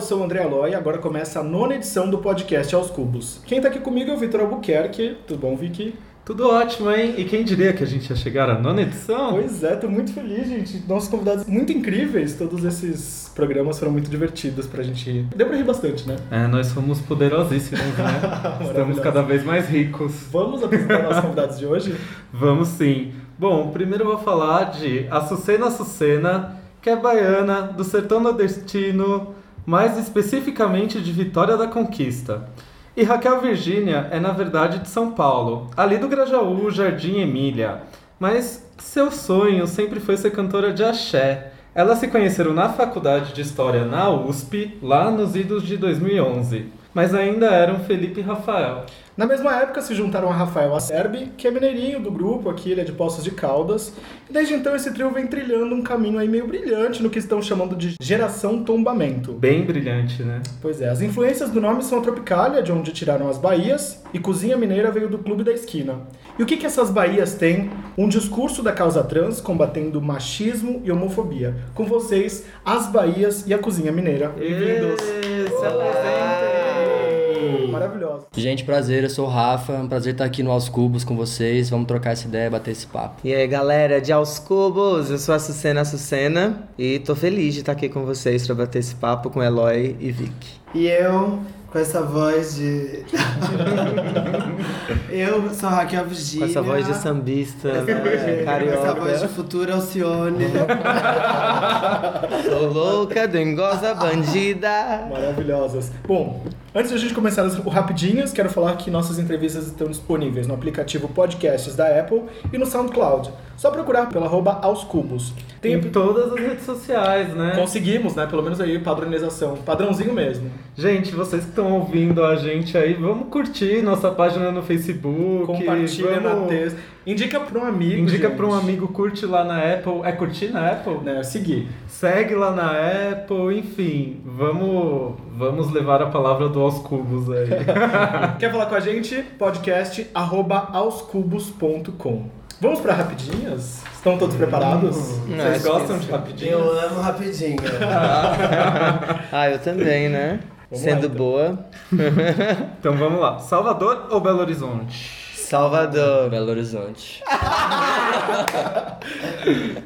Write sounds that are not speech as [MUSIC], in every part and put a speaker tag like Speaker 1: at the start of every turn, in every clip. Speaker 1: sou o André Aloy e agora começa a nona edição do podcast Aos Cubos. Quem tá aqui comigo é o Vitor Albuquerque. Tudo bom, Vicky?
Speaker 2: Tudo ótimo, hein? E quem diria que a gente ia chegar à nona edição?
Speaker 1: Pois é, tô muito feliz, gente. Nossos convidados muito incríveis. Todos esses programas foram muito divertidos pra gente. Deu pra rir bastante, né?
Speaker 2: É, nós fomos poderosíssimos, né? Estamos cada vez mais ricos.
Speaker 1: Vamos apresentar [LAUGHS] nossos convidados de hoje?
Speaker 2: Vamos sim. Bom, primeiro eu vou falar de Açucena Açucena, que é baiana, do sertão nordestino, mais especificamente de Vitória da Conquista. E Raquel Virgínia é, na verdade, de São Paulo, ali do Grajaú, Jardim Emília. Mas seu sonho sempre foi ser cantora de axé. Elas se conheceram na Faculdade de História na USP, lá nos idos de 2011. Mas ainda eram Felipe e Rafael.
Speaker 1: Na mesma época se juntaram a Rafael Acerbi, que é mineirinho do grupo aqui, ele é de Poços de Caldas. E desde então esse trio vem trilhando um caminho aí meio brilhante no que estão chamando de geração tombamento.
Speaker 2: Bem brilhante, né?
Speaker 1: Pois é, as influências do nome são a Tropicália, de onde tiraram as Bahias, e Cozinha Mineira veio do Clube da Esquina. E o que, que essas Bahias têm? Um discurso da causa trans combatendo machismo e homofobia. Com vocês, as Bahias e a Cozinha Mineira. Bem-vindos!
Speaker 2: Se apresentem!
Speaker 1: Maravilhosa.
Speaker 3: Gente, prazer, eu sou o Rafa, é um prazer estar aqui no Aos Cubos com vocês, vamos trocar essa ideia, bater esse papo.
Speaker 4: E aí, galera de Aos Cubos, eu sou a Sucena Sucena e tô feliz de estar aqui com vocês pra bater esse papo com Eloy e Vic.
Speaker 5: E eu, com essa voz de. eu sou Raquel Virgínia.
Speaker 4: Com essa voz de sambista, né,
Speaker 5: É,
Speaker 4: carioca.
Speaker 5: Com essa voz de futura Alcione.
Speaker 4: Sou louca, dengosa, bandida.
Speaker 1: Maravilhosas. Bom, antes de a gente começar as o rapidinhas, quero falar que nossas entrevistas estão disponíveis no aplicativo Podcasts da Apple e no SoundCloud. Só procurar pela arroba aos cubos. Tem-
Speaker 2: Em todas as redes sociais, né?
Speaker 1: Conseguimos, né? Pelo menos aí, padronização. Padrãozinho mesmo.
Speaker 2: Gente, vocês que estão ouvindo a gente aí, vamos curtir nossa página no Facebook.
Speaker 1: Compartilha na
Speaker 2: vamos-
Speaker 1: texto. Indica para um amigo.
Speaker 2: Indica
Speaker 1: gente.
Speaker 2: para um amigo, curte lá na Apple. É curtir na Apple?
Speaker 1: Né, seguir.
Speaker 2: Segue lá na Apple, enfim. Vamos, vamos levar a palavra do Aos Cubos aí.
Speaker 1: Ah, Quer falar com a gente? Podcast arroba aoscubos.com. Vamos para rapidinhas? Estão todos preparados?
Speaker 2: Hum.
Speaker 1: Vocês
Speaker 4: acho
Speaker 1: gostam
Speaker 4: que
Speaker 1: de rapidinhas?
Speaker 5: Eu amo rapidinho.
Speaker 4: Ah, eu também, né?
Speaker 1: Vamos lá,
Speaker 4: Sendo
Speaker 1: então.
Speaker 4: boa,
Speaker 2: Então vamos lá. Salvador ou Belo Horizonte?
Speaker 4: Salvador.
Speaker 3: Belo Horizonte.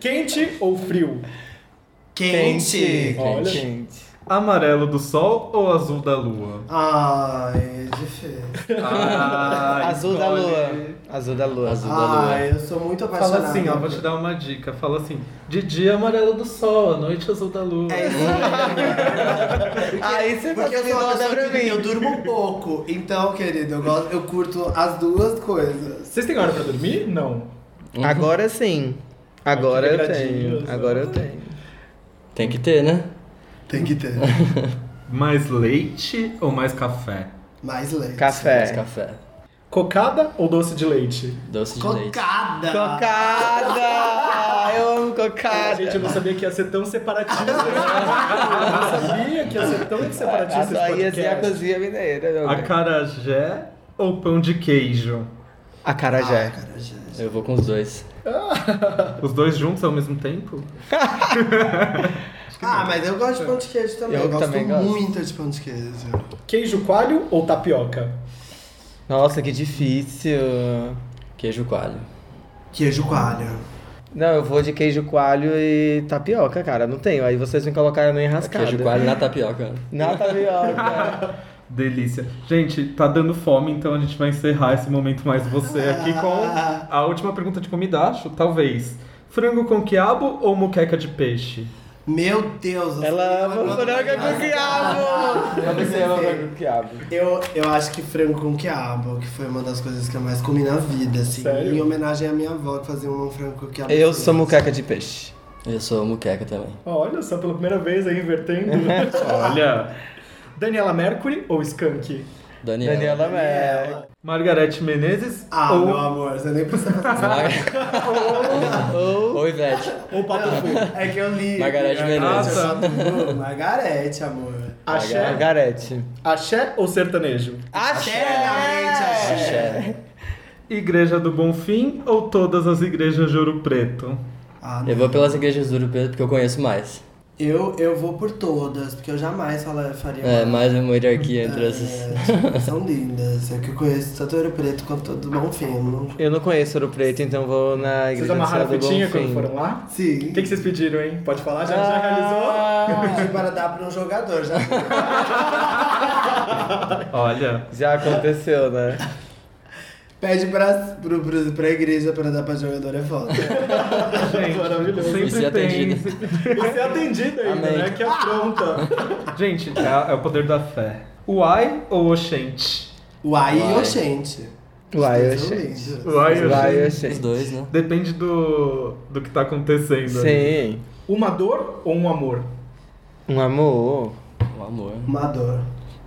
Speaker 1: Quente ou frio?
Speaker 5: [LAUGHS] Quente.
Speaker 1: Olha.
Speaker 4: Quente.
Speaker 2: Amarelo do Sol ou Azul da
Speaker 1: [LAUGHS]
Speaker 2: Lua?
Speaker 5: Ai, é difícil.
Speaker 2: Ah,
Speaker 4: Azul da
Speaker 2: escolhe.
Speaker 4: lua. Azul da lua.
Speaker 3: Azul.
Speaker 5: Ai, eu sou muito apaixonada.
Speaker 2: Fala assim, ó, vou te dar uma dica. Fala assim, de dia amarelo do sol, à noite azul da lua.
Speaker 5: É isso mesmo.
Speaker 4: Aí você
Speaker 5: Porque eu sou uma
Speaker 4: facilitou
Speaker 5: pessoa
Speaker 4: assim, pra
Speaker 5: que
Speaker 4: mim.
Speaker 5: eu durmo um pouco. Então, querido, eu, gosto, eu curto as duas coisas.
Speaker 1: Vocês têm hora pra dormir? Não.
Speaker 4: Agora sim. Agora
Speaker 1: Aqui,
Speaker 4: eu
Speaker 1: regradinhos,
Speaker 4: tenho.
Speaker 1: né?
Speaker 4: Agora eu tenho.
Speaker 3: Tem que ter, né?
Speaker 5: Tem que ter.
Speaker 2: Mais leite ou mais café?
Speaker 5: Mais leite.
Speaker 3: Mais
Speaker 4: Café.
Speaker 3: café.
Speaker 1: Cocada ou doce de leite?
Speaker 3: Doce de leite.
Speaker 5: Cocada.
Speaker 4: Cocada! Eu amo
Speaker 1: A Gente, eu
Speaker 4: cocada.
Speaker 1: não sabia que ia ser tão separatista. né? Eu não sabia que ia ser tão separatista esse
Speaker 4: Açaí assim, a
Speaker 1: podcast.
Speaker 4: cozinha mineira. meu bem.
Speaker 2: Acarajé ou pão de queijo?
Speaker 1: é.
Speaker 4: Acarajé.
Speaker 3: Eu vou com os dois.
Speaker 2: Os dois juntos ao mesmo tempo?
Speaker 5: Ah, mas eu gosto de pão de queijo também.
Speaker 4: Eu
Speaker 5: Eu, gosto
Speaker 4: também gosto.
Speaker 5: muito de pão de queijo.
Speaker 1: Queijo coalho ou tapioca?
Speaker 4: Nossa, que difícil.
Speaker 3: Queijo coalho.
Speaker 5: Queijo coalho.
Speaker 4: Não, eu vou de queijo coalho e tapioca, cara. Não tenho. Aí vocês me colocaram no enrascado.
Speaker 3: Queijo coalho na tapioca.
Speaker 4: Na tapioca.
Speaker 2: Delícia. Gente, tá dando fome, então a gente vai encerrar esse momento mais você aqui com a última pergunta de comida, acho, talvez. Frango com quiabo ou moqueca de peixe?
Speaker 5: Meu Deus, eu
Speaker 4: Ela é
Speaker 5: sou-
Speaker 4: ama frango com quiabo. Mas você ama frango com quiabo.
Speaker 5: Eu, eu acho que frango com quiabo, que foi uma das coisas que eu mais comi na vida, assim.
Speaker 1: Sério?
Speaker 5: Em homenagem à minha avó, que fazia um frango com quiabo.
Speaker 4: Eu sou muqueca de peixe.
Speaker 3: Eu sou muqueca também.
Speaker 1: Olha só, pela primeira vez aí invertendo.
Speaker 2: Olha!
Speaker 1: Daniela Mercury ou Skank?
Speaker 3: Daniela.
Speaker 4: Daniela Merck.
Speaker 2: Margarete Menezes
Speaker 5: Ah,
Speaker 2: ou
Speaker 5: meu amor, você nem precisa fazer
Speaker 3: Ou Ivete.
Speaker 1: Ou Pato Fu?
Speaker 5: isso. É que eu li.
Speaker 3: Margarete
Speaker 5: Margarete,
Speaker 3: Menezes.
Speaker 5: eu sou- Margarete, amor.
Speaker 1: Axé,
Speaker 4: Margarete.
Speaker 1: axé ou sertanejo?
Speaker 5: Eternamente axé.
Speaker 2: Igreja do Bonfim ou todas as igrejas de Ouro Preto?
Speaker 5: Ah,
Speaker 3: Eu
Speaker 5: não.
Speaker 3: vou pelas igrejas do Ouro Preto porque eu conheço mais.
Speaker 5: Eu, eu vou por todas, porque eu jamais fala- faria.
Speaker 3: É,
Speaker 5: uma-
Speaker 3: mais uma hierarquia entre
Speaker 5: É,
Speaker 3: essas.
Speaker 5: tipo, são lindas. É que eu conheço tanto Ouro Preto quanto do Bonfim. eu não-
Speaker 4: Eu não conheço Ouro Preto, então vou na
Speaker 1: Vocês
Speaker 4: igreja
Speaker 1: amarraram a
Speaker 4: do Senhor do
Speaker 1: fitinha
Speaker 4: Bonfim.
Speaker 1: quando foram lá?
Speaker 5: Sim.
Speaker 1: O que, que vocês pediram, hein? Pode falar? Já, já realizou?
Speaker 5: Eu pedi para dar para um jogador, já.
Speaker 2: Olha,
Speaker 4: Já aconteceu, né?
Speaker 5: Pede para pro, pro, pra igreja para dar para jogador é foda.
Speaker 2: gente,
Speaker 1: [LAUGHS] Maravilhoso.
Speaker 2: sempre
Speaker 3: E ser
Speaker 2: tem.
Speaker 3: atendida.
Speaker 1: E ser atendida é ainda,
Speaker 4: Amém.
Speaker 1: né? Que afronta.
Speaker 2: [LAUGHS] Gente, é, é o poder da fé. Uai ou Oxente?
Speaker 5: Uai e
Speaker 3: Uai.
Speaker 5: Oxente.
Speaker 4: Uai,
Speaker 5: Os dois são
Speaker 4: Oxente.
Speaker 5: lindos.
Speaker 2: Uai
Speaker 4: Vai, eu
Speaker 3: Os dois, né?
Speaker 2: Depende do, do que tá acontecendo. ali.
Speaker 4: Sim.
Speaker 1: Uma dor ou um amor?
Speaker 4: Um amor.
Speaker 3: O amor.
Speaker 5: Uma dor.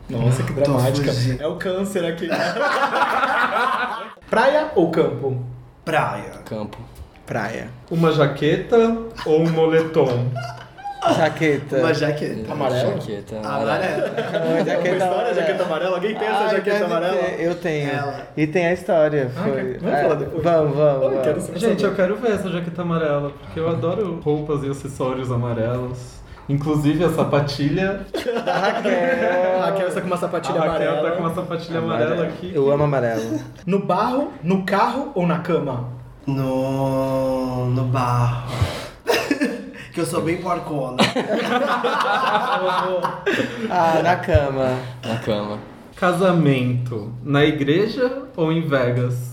Speaker 1: Nossa, que
Speaker 5: dramática.
Speaker 1: É o câncer aqui. Praia ou campo?
Speaker 5: Praia.
Speaker 3: Campo.
Speaker 4: Praia.
Speaker 2: Uma jaqueta ou um moletom?
Speaker 4: Jaqueta.
Speaker 5: Uma jaqueta.
Speaker 1: Amarelo?
Speaker 3: Jaqueta.
Speaker 4: É.
Speaker 3: amarelo.
Speaker 4: [LAUGHS]
Speaker 5: Amarela.
Speaker 4: Uma
Speaker 1: Uma história,
Speaker 4: amarela.
Speaker 1: jaqueta amarela? Alguém tem essa
Speaker 4: Ai, deve
Speaker 1: jaqueta amarela? Ah,
Speaker 4: ter. Eu tenho.
Speaker 5: Ela.
Speaker 4: E tem a história. Foi... É,
Speaker 1: quer- vamos falar depois?
Speaker 4: Vamos, vamos.
Speaker 1: Eu
Speaker 4: vamos.
Speaker 1: quero saber.
Speaker 2: Gente, eu quero ver essa jaqueta amarela, porque eu adoro roupas e acessórios amarelos. Inclusive a sapatilha.
Speaker 1: A
Speaker 4: Raquel.
Speaker 1: Raquel está com uma
Speaker 2: A
Speaker 1: sapatilha
Speaker 2: Raquel
Speaker 1: amarela.
Speaker 2: tá com uma sapatilha amarela aqui.
Speaker 4: Eu
Speaker 1: [LAUGHS]
Speaker 4: amo amarelo.
Speaker 1: No barro, no carro ou na cama?
Speaker 5: No, no barro. [LAUGHS] que eu sou bem porcona.
Speaker 4: Ah, na cama.
Speaker 3: Na cama.
Speaker 2: Casamento na igreja ou em Vegas?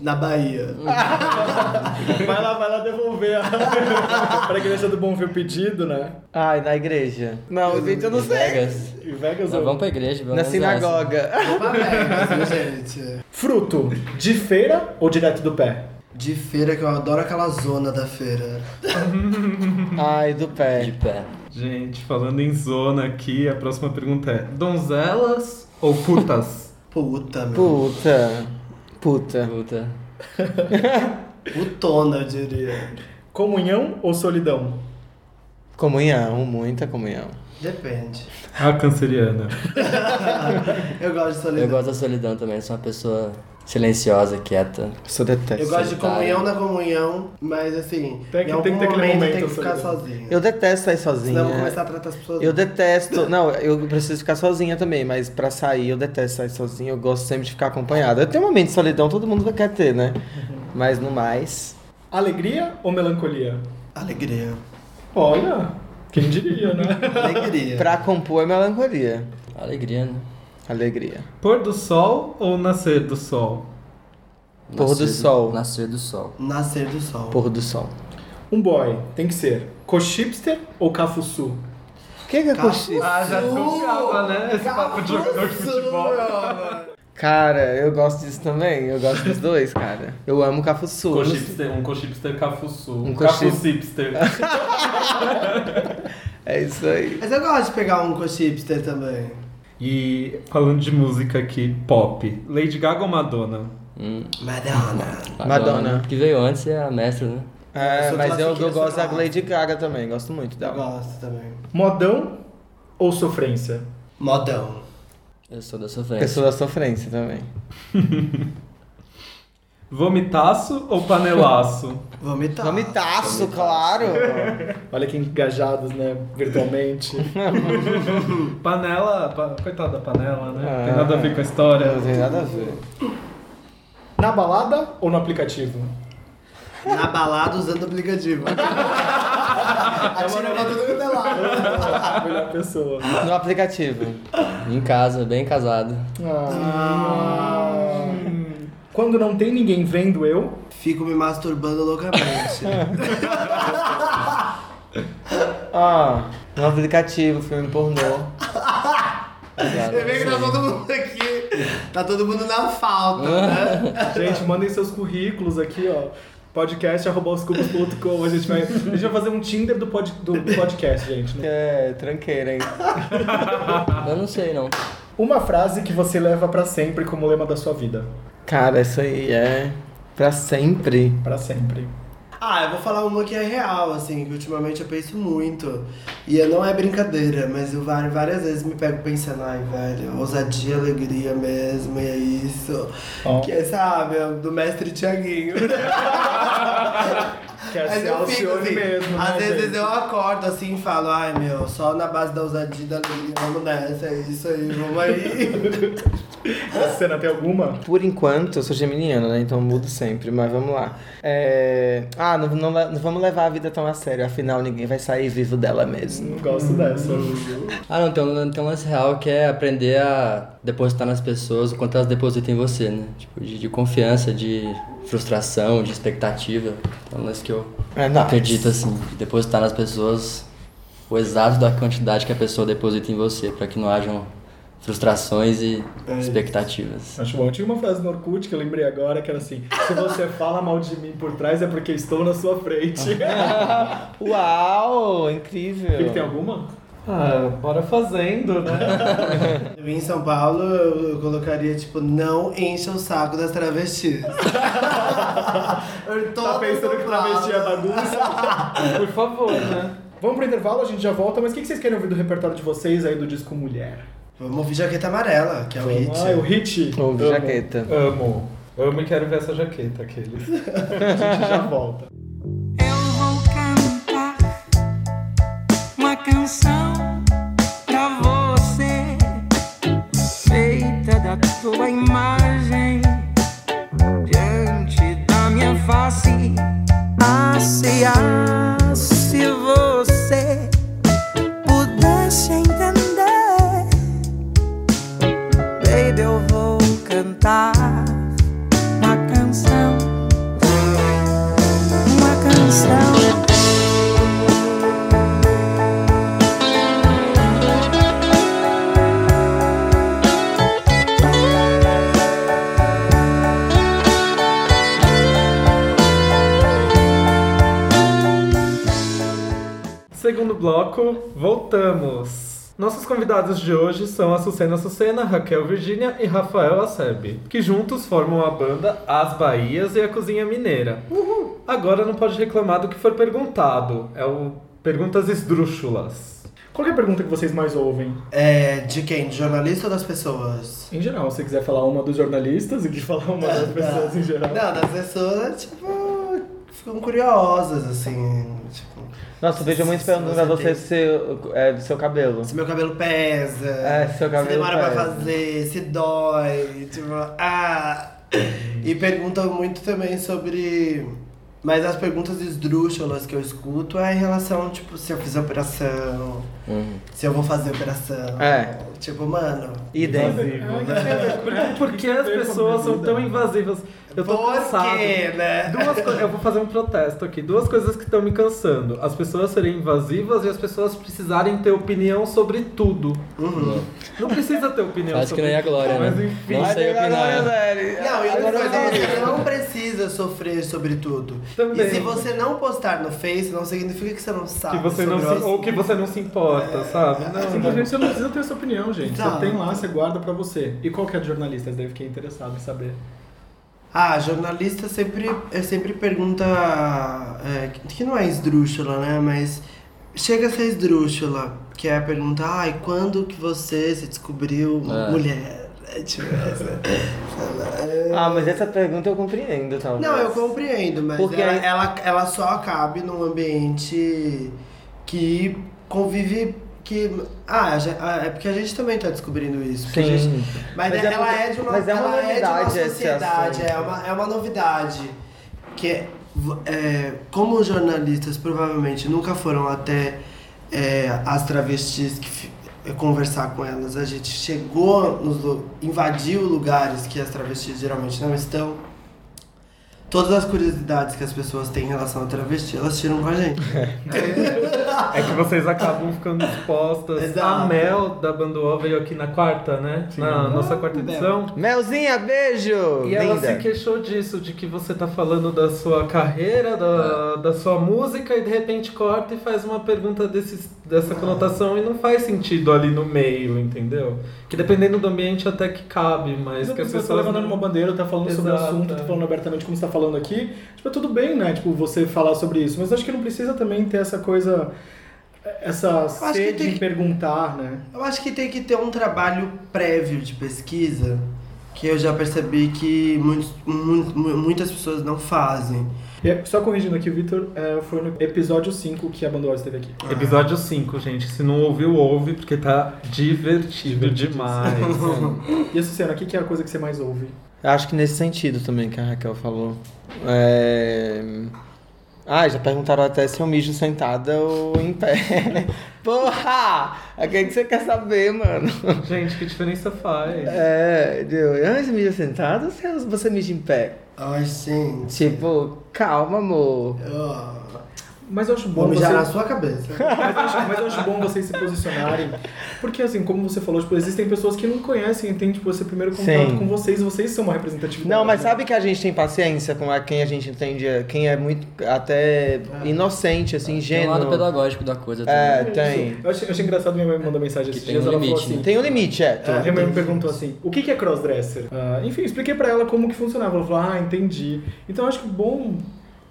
Speaker 5: Na Bahia.
Speaker 1: Vai lá, vai lá devolver a... pra igreja do Bom Ver o pedido, né?
Speaker 4: Ai, na igreja. Não, gente, eu não
Speaker 3: Em
Speaker 4: sei.
Speaker 3: Vegas.
Speaker 1: E Vegas
Speaker 3: Não,
Speaker 1: ou...
Speaker 3: vamos assim. pra igreja, pelo
Speaker 4: Na
Speaker 3: menos
Speaker 4: sinagoga.
Speaker 5: Opa, velho, gente.
Speaker 1: Fruto, de feira ou direto do pé?
Speaker 5: De feira, que eu adoro aquela zona da feira.
Speaker 1: assim.
Speaker 4: Ai, do
Speaker 3: essa.
Speaker 4: pé.
Speaker 3: De pé.
Speaker 2: Gente, falando em zona aqui, a próxima pergunta é: donzelas ou [LAUGHS] putas?
Speaker 5: Puta, meu.
Speaker 4: Puta. Puta.
Speaker 3: Puta.
Speaker 5: Putona, eu diria.
Speaker 1: Comunhão ou solidão?
Speaker 4: Comunhão, muita comunhão.
Speaker 5: Depende.
Speaker 2: A canceriana.
Speaker 5: Eu gosto de
Speaker 3: Eu
Speaker 5: solidão.
Speaker 3: gosto da solidão também, sou uma pessoa silenciosa, quieta.
Speaker 4: Sou detesto.
Speaker 5: Eu
Speaker 4: Eu,
Speaker 5: gosto de
Speaker 3: Solitário.
Speaker 5: comunhão na comunhão, mas assim,
Speaker 1: Tem que- tem que
Speaker 5: em algum
Speaker 1: ter aquele
Speaker 5: momento,
Speaker 1: momento
Speaker 5: tem que ficar
Speaker 1: solidão.
Speaker 5: sozinho.
Speaker 4: detesto sair
Speaker 5: Senão
Speaker 4: sozinha.
Speaker 5: eu vou começar a tratar as pessoas.
Speaker 4: é. Eu detesto. Não, eu preciso ficar sozinha também, mas pra sair eu detesto sair sozinha. Eu gosto sempre de ficar acompanhada. Eu tenho um momento de solidão, todo mundo quer ter, né? Mas no mais.
Speaker 1: Alegria ou melancolia?
Speaker 5: Alegria.
Speaker 1: Olha, quem diria,
Speaker 3: [LAUGHS]
Speaker 1: né?
Speaker 5: Alegria.
Speaker 4: Pra compor é melancolia.
Speaker 3: Alegria, né?
Speaker 4: Alegria.
Speaker 2: Pôr do sol ou nascer do sol?
Speaker 4: Pôr do sol.
Speaker 3: Nascer do sol.
Speaker 5: Nascer do sol.
Speaker 4: Pôr do sol.
Speaker 1: Um boy tem que ser cochipster ou cafuçu?
Speaker 4: O que, que é coxi?
Speaker 2: Ah, já desconfiava, né? Esse papo de jogador de futebol.
Speaker 4: Cara, eu gosto disso também. Eu gosto dos dois, cara. Eu amo cafuçu.
Speaker 2: Cochipster, um cochipster cafuçu. Um
Speaker 4: cochip-
Speaker 2: cafucipster.
Speaker 4: É isso aí.
Speaker 5: Mas eu gosto de pegar um com chipster também.
Speaker 2: E falando de música aqui, pop. Lady Gaga ou Madonna?
Speaker 3: Hum,
Speaker 5: Madonna.
Speaker 4: Madonna.
Speaker 3: Que veio antes é a mestra, né?
Speaker 4: É,
Speaker 5: Eu sou
Speaker 4: mas eu,
Speaker 5: classiqueira,
Speaker 4: eu gosto
Speaker 5: sou
Speaker 4: da Lady Gaga também. Gosto muito
Speaker 5: Eu
Speaker 4: dela.
Speaker 5: gosto também.
Speaker 1: Modão ou sofrência?
Speaker 5: Modão.
Speaker 3: Eu sou da sofrência.
Speaker 4: Pessoa da sofrência também.
Speaker 2: Vomitaço ou panelaço?
Speaker 5: Vomitar.
Speaker 4: Vomitaço, claro.
Speaker 1: Olha que engajados, né?
Speaker 3: [LAUGHS]
Speaker 1: Virtualmente.
Speaker 2: panela, pa- coitada da panela, né?
Speaker 4: Ah.
Speaker 2: Tem nada a ver com a história.
Speaker 4: Não tem nada a ver.
Speaker 1: Na balada ou no aplicativo?
Speaker 5: Na balada
Speaker 4: [LAUGHS]
Speaker 5: usando aplicativo. Atira pra tudo quanto é lado.
Speaker 1: Melhor pessoa.
Speaker 4: No aplicativo.
Speaker 3: Em casa, bem casado.
Speaker 1: Ah. Quando não tem ninguém vendo eu,
Speaker 5: Fico me masturbando loucamente.
Speaker 4: Ah, no aplicativo, filme pornô.
Speaker 3: Casado.
Speaker 5: Você vê que tá todo mundo aqui. Tá todo mundo na falta,
Speaker 4: [LAUGHS]
Speaker 5: né?
Speaker 1: Gente, mandem seus currículos aqui, ó. Podcast.com. A gente vai. A gente vai fazer um Tinder do, pod- do podcast, gente. né?
Speaker 4: É, tranqueira, hein? Ah.
Speaker 3: Eu não sei, não.
Speaker 1: Uma frase que você leva pra sempre como lema da sua vida.
Speaker 4: Cara, isso aí é pra sempre.
Speaker 1: Pra sempre.
Speaker 5: Ah, eu vou falar uma que é real, assim, que ultimamente eu penso muito. E eu- não é brincadeira, mas eu várias, várias vezes me pego pensando, ai, velho, ousadia, alegria mesmo, e é isso.
Speaker 1: Ó. [LAUGHS]
Speaker 5: Que é, sabe, é do mestre Tiaguinho.
Speaker 1: Quer
Speaker 5: Mas
Speaker 1: ser
Speaker 5: eu fico,
Speaker 1: Alcione
Speaker 5: assim,
Speaker 1: mesmo,
Speaker 5: Às
Speaker 1: né,
Speaker 5: vezes
Speaker 1: gente?
Speaker 5: eu acordo assim e falo, ai meu, só na base da ousadia e da alegria, vamos nessa, é isso aí, vamos
Speaker 1: [LAUGHS]
Speaker 5: aí.
Speaker 1: Essa cena tem alguma?
Speaker 4: Por enquanto, eu sou geminiano, né? Então eu mudo sempre, mas vamos lá. É, Ah, não, não le- não vamos levar a vida tão a sério, afinal ninguém vai sair vivo dela mesmo.
Speaker 1: Não
Speaker 5: Hum.
Speaker 1: gosto dessa.
Speaker 3: Ah, não, tem um, tem um lance real que é aprender a depositar nas pessoas o quanto elas depositam em você, né? Tipo, de, de confiança, de frustração, de expectativa. Então, é um lance que eu
Speaker 4: É nóis.
Speaker 3: acredito, assim, de depositar nas pessoas o exato da quantidade que a pessoa deposita em você, pra que não hajam frustrações e
Speaker 5: É isso.
Speaker 3: expectativas.
Speaker 1: Acho bom. Tinha uma frase no Orkut que eu lembrei agora, que era assim, se você fala mal de mim por trás é porque estou na sua frente.
Speaker 5: Ah.
Speaker 4: Uau, incrível.
Speaker 1: Ele [LAUGHS] tem alguma?
Speaker 2: Ah, bora fazendo, né?
Speaker 5: Eu em São Paulo, eu eu colocaria tipo, não encha o saco das travestis. Eu tô
Speaker 1: Tá pensando que travesti é bagunça?
Speaker 2: Por favor, né?
Speaker 1: Vamos pro intervalo, a gente já volta, mas o que que vocês querem ouvir do repertório de vocês aí do disco Mulher?
Speaker 5: Vamos ouvir Jaqueta Amarela, que é o hit.
Speaker 1: Ah, é o hit.
Speaker 4: Ouve
Speaker 1: Amo.
Speaker 4: jaqueta.
Speaker 2: Amo. Amo e quero ver essa jaqueta, aqueles.
Speaker 1: A gente já volta.
Speaker 6: Eu vou cantar uma canção pra você, feita da tua imagem, diante da minha face. Ah, se, ah, se você pudesse entender, baby, eu vou cantar uma canção uma canção.
Speaker 2: Segundo bloco, voltamos. Nossos convidados de hoje são a Sucena Sucena, Raquel Virgínia e Rafael Acerbi, que juntos formam a banda As Bahias e a Cozinha Mineira. Uhul. Agora não pode reclamar do que for perguntado. É o Perguntas Esdrúxulas.
Speaker 1: Qual que é a pergunta que vocês mais ouvem?
Speaker 5: É, de quem? De jornalista ou das pessoas?
Speaker 1: Em geral, se você quiser falar uma dos jornalistas e de falar uma das pessoas em geral.
Speaker 5: Não, das pessoas, tipo, ficam curiosas, assim, tipo,
Speaker 4: Nossa, eu vejo muito
Speaker 5: Se
Speaker 4: perguntando pra você
Speaker 5: você
Speaker 4: se, é, do seu cabelo.
Speaker 5: se meu cabelo pesa,
Speaker 4: É, se seu cabelo
Speaker 5: se demora pra
Speaker 4: pesa.
Speaker 5: fazer, se dói, tipo, ah... E perguntam muito também sobre... Mas as perguntas esdrúxulas que eu escuto é em relação, tipo, se eu fiz operação, se eu vou fazer operação.
Speaker 4: É.
Speaker 5: Tipo, mano,
Speaker 4: Idem.
Speaker 5: né?
Speaker 2: Por, por que as pessoas são tão invasivas? Eu tô
Speaker 5: por
Speaker 2: cansado.
Speaker 5: quê, né?
Speaker 2: Duas co- eu vou fazer um protesto aqui. Duas coisas que estão me cansando: as pessoas serem invasivas e as pessoas precisarem ter opinião sobre tudo.
Speaker 5: Uhum.
Speaker 2: Não precisa ter opinião
Speaker 3: Acho que
Speaker 2: sobre
Speaker 3: nem a
Speaker 2: tudo,
Speaker 3: Glória, né?
Speaker 2: Mas é né? enfim.
Speaker 3: Não sei opinar.
Speaker 5: Não, e outra
Speaker 4: Agora
Speaker 5: coisa,
Speaker 4: vai.
Speaker 5: você não precisa sofrer sobre tudo.
Speaker 2: Também.
Speaker 5: E se você não postar no Face, não significa que você não sabe.
Speaker 2: Que você não
Speaker 5: sobre É,
Speaker 2: se,
Speaker 5: o
Speaker 2: ou que você não se importa, sabe? Não, né?
Speaker 1: Simplesmente você não precisa ter sua opinião, gente.
Speaker 5: Tá.
Speaker 1: Você tem lá, você guarda pra você. E qual que é de jornalistas? Daí eu fiquei interessado em saber.
Speaker 5: Ah, jornalista sempre, é, sempre pergunta. é, que- que não é esdrúxula, né? Mas chega a ser esdrúxula, que é a pergunta: ai, quando que você se descobriu
Speaker 3: É.
Speaker 5: mulher? [LAUGHS] É tipo essa.
Speaker 4: Ah, mas essa pergunta eu compreendo, tá? talvez.
Speaker 5: Não, eu compreendo, mas
Speaker 4: Porque
Speaker 5: ela,
Speaker 4: aí-
Speaker 5: ela, ela só cabe num ambiente que convive. Que, ah, já- ah, é porque a gente também tá descobrindo isso. porque a
Speaker 4: Sim.
Speaker 5: gente- mas,
Speaker 4: Mas é
Speaker 5: ela
Speaker 4: porque-
Speaker 5: é de uma,
Speaker 4: mas é uma
Speaker 5: ela é de uma
Speaker 4: novidade esse
Speaker 5: sociedade, é
Speaker 4: assunto.
Speaker 5: uma, é uma novidade. Que é, v- é, como os jornalistas provavelmente nunca foram até é, as travestis que fi- é, conversar com elas, a gente chegou, nos, lu- invadiu lugares que as travestis geralmente não estão. Todas as curiosidades que as pessoas têm em relação à travesti, elas tiram com a gente.
Speaker 2: é que vocês acabam ficando expostas.
Speaker 5: Exato.
Speaker 2: A Mel da Banduol veio aqui na quarta, né? Na nossa quarta
Speaker 5: Mel.
Speaker 2: edição.
Speaker 4: Melzinha, beijo!
Speaker 2: E ela se
Speaker 4: Linda.
Speaker 2: queixou disso, de que você tá falando da sua carreira, da,
Speaker 1: É.
Speaker 2: da sua música, e de repente corta e faz uma pergunta desses, dessa conotação e não faz sentido ali no meio, entendeu? Que dependendo do ambiente até que cabe, mas
Speaker 1: Mas
Speaker 2: É que
Speaker 1: que
Speaker 2: as
Speaker 1: você tá
Speaker 2: pessoas.
Speaker 1: levantando uma bandeira, tá falando sobre o
Speaker 2: Exato,
Speaker 1: assunto,
Speaker 2: é.
Speaker 1: tá falando abertamente como você tá falando aqui. Tipo, é tudo bem, né? Tipo, você falar sobre isso. Mas acho que não precisa também ter essa coisa. Essa
Speaker 5: acho que
Speaker 1: sede
Speaker 5: tem
Speaker 1: em
Speaker 5: que-
Speaker 1: perguntar, né?
Speaker 5: Eu acho que tem que ter um trabalho prévio de pesquisa que eu já percebi que muitos, mu- mu- muitas pessoas não fazem.
Speaker 1: E, é, só corrigindo aqui, o Vitor é, foi no episódio 5 que a Bandora esteve aqui.
Speaker 2: É. Episódio 5, gente. Se não ouviu, ouve, porque tá divertido demais.
Speaker 1: E a Sucena, o que que é a coisa que você mais ouve?
Speaker 4: Acho que nesse sentido também que a Raquel falou. É... Ah, já perguntaram até se eu mijo sentada ou em pé. né? Porra! O que, que você quer saber, mano?
Speaker 2: [LAUGHS] gente, que diferença faz?
Speaker 4: É, deu. Ah, você mija sentada ou você- você mija em pé?
Speaker 5: Ai, gente.
Speaker 4: Tipo, calma, amor.
Speaker 5: Ah,
Speaker 1: Mas eu acho bom
Speaker 5: Vamos
Speaker 1: você...
Speaker 5: já na sua cabeça.
Speaker 1: [LAUGHS] Mas eu, acho, mas eu acho bom vocês se posicionarem. Porque, assim, como você falou, tipo, existem pessoas que não conhecem e tem, tipo, esse primeiro contato
Speaker 4: Sim.
Speaker 1: com vocês e vocês são uma representatividade.
Speaker 4: Não, mas
Speaker 1: né?
Speaker 4: sabe que a gente tem paciência com a quem a gente entende, quem é muito até inocente, assim,
Speaker 3: É. Tem um lado
Speaker 4: ingênuo.
Speaker 3: pedagógico da coisa
Speaker 4: É,
Speaker 3: também.
Speaker 4: tem.
Speaker 1: Eu achei, eu achei engraçado minha mãe me mandou mensagem esses
Speaker 3: Que tem
Speaker 1: dias.
Speaker 3: um
Speaker 1: ela
Speaker 3: limite,
Speaker 1: falou assim.
Speaker 3: né?
Speaker 4: Tem um limite, é.
Speaker 1: Ah, minha mãe me perguntou assim, o que que é crossdresser? Ah, enfim, expliquei pra ela como que funcionava. Ela falou, ah, entendi. Então eu acho que bom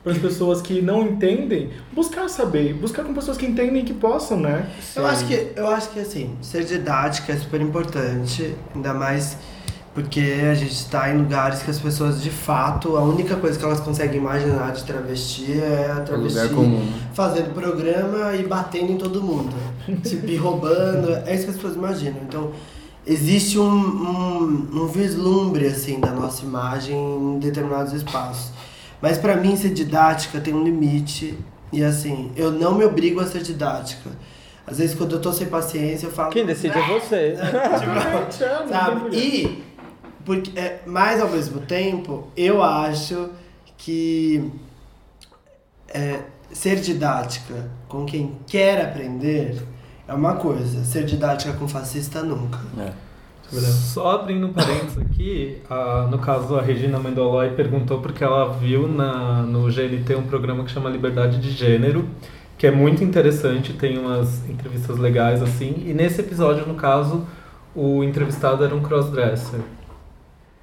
Speaker 1: para as pessoas que não entendem buscar saber, buscar com pessoas que entendem e que possam, né?
Speaker 5: [LAUGHS] Eu acho que, eu acho que assim, ser didática é super importante, ainda mais porque a gente tá em lugares que as pessoas de fato, a única coisa que elas conseguem imaginar de travesti é a travesti
Speaker 3: um lugar comum, né?
Speaker 5: fazendo programa e batendo em todo mundo. tipo, e roubando. É isso que as pessoas imaginam. Então, existe um, um, um vislumbre, assim, da nossa imagem em determinados espaços. Mas pra mim, ser didática tem um limite. E assim, eu não me obrigo a ser didática. Às vezes, quando eu tô sem paciência, eu falo.
Speaker 4: Quem decide é você.
Speaker 1: Gente, é, não tem
Speaker 5: Sabe?
Speaker 1: problema.
Speaker 5: E, porque, é, mas ao mesmo tempo, eu acho que é, ser didática com quem quer aprender é uma coisa, ser didática com fascista nunca.
Speaker 3: É.
Speaker 2: Tá Só abrindo um parênteses aqui, a- no caso a Regina Mendoloi perguntou porque ela viu na, no GNT um programa que chama Liberdade de Gênero, que é muito interessante, tem umas entrevistas legais assim, e nesse episódio, no caso, o entrevistado era um crossdresser.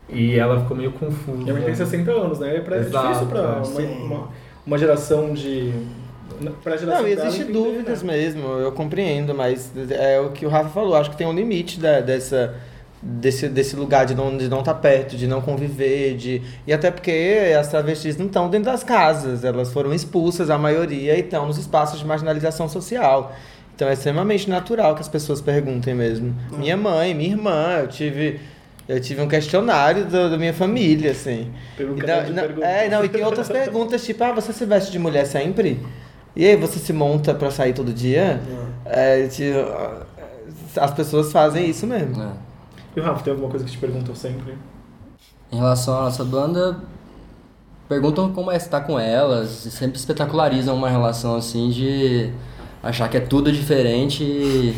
Speaker 2: E ela ficou meio confusa.
Speaker 1: Minha mãe tem 60 anos, né? É, pra, é
Speaker 2: Exato,
Speaker 1: difícil pra uma,
Speaker 5: sim.
Speaker 1: uma, uma geração de. Pra geração
Speaker 4: Não,
Speaker 1: dela
Speaker 4: existe
Speaker 1: entender,
Speaker 4: dúvidas
Speaker 1: né?
Speaker 4: mesmo, eu compreendo, mas é o que o Rafa falou, acho que tem um limite da- dessa, desse, desse lugar de não estar de não tá perto, de não conviver, de. E até porque as travestis não estão dentro das casas, elas foram expulsas, a maioria, e estão nos espaços de marginalização social. Então é extremamente natural que as pessoas perguntem mesmo.
Speaker 1: Hum.
Speaker 4: Minha mãe, minha irmã, eu tive. Eu tive um questionário do- da minha família, assim.
Speaker 1: Pegou um
Speaker 4: E
Speaker 1: caderno de
Speaker 4: não-
Speaker 1: perguntas.
Speaker 4: é, não, e tem outras perguntas, tipo, ah, você se veste de mulher sempre? E aí, você se monta pra sair todo dia? É, tipo, as pessoas fazem isso mesmo.
Speaker 3: É.
Speaker 1: E o Rafa, tem alguma coisa que te perguntam sempre?
Speaker 3: Em relação à nossa banda, perguntam como é estar com elas, e sempre espetacularizam uma relação assim de achar que é tudo diferente e,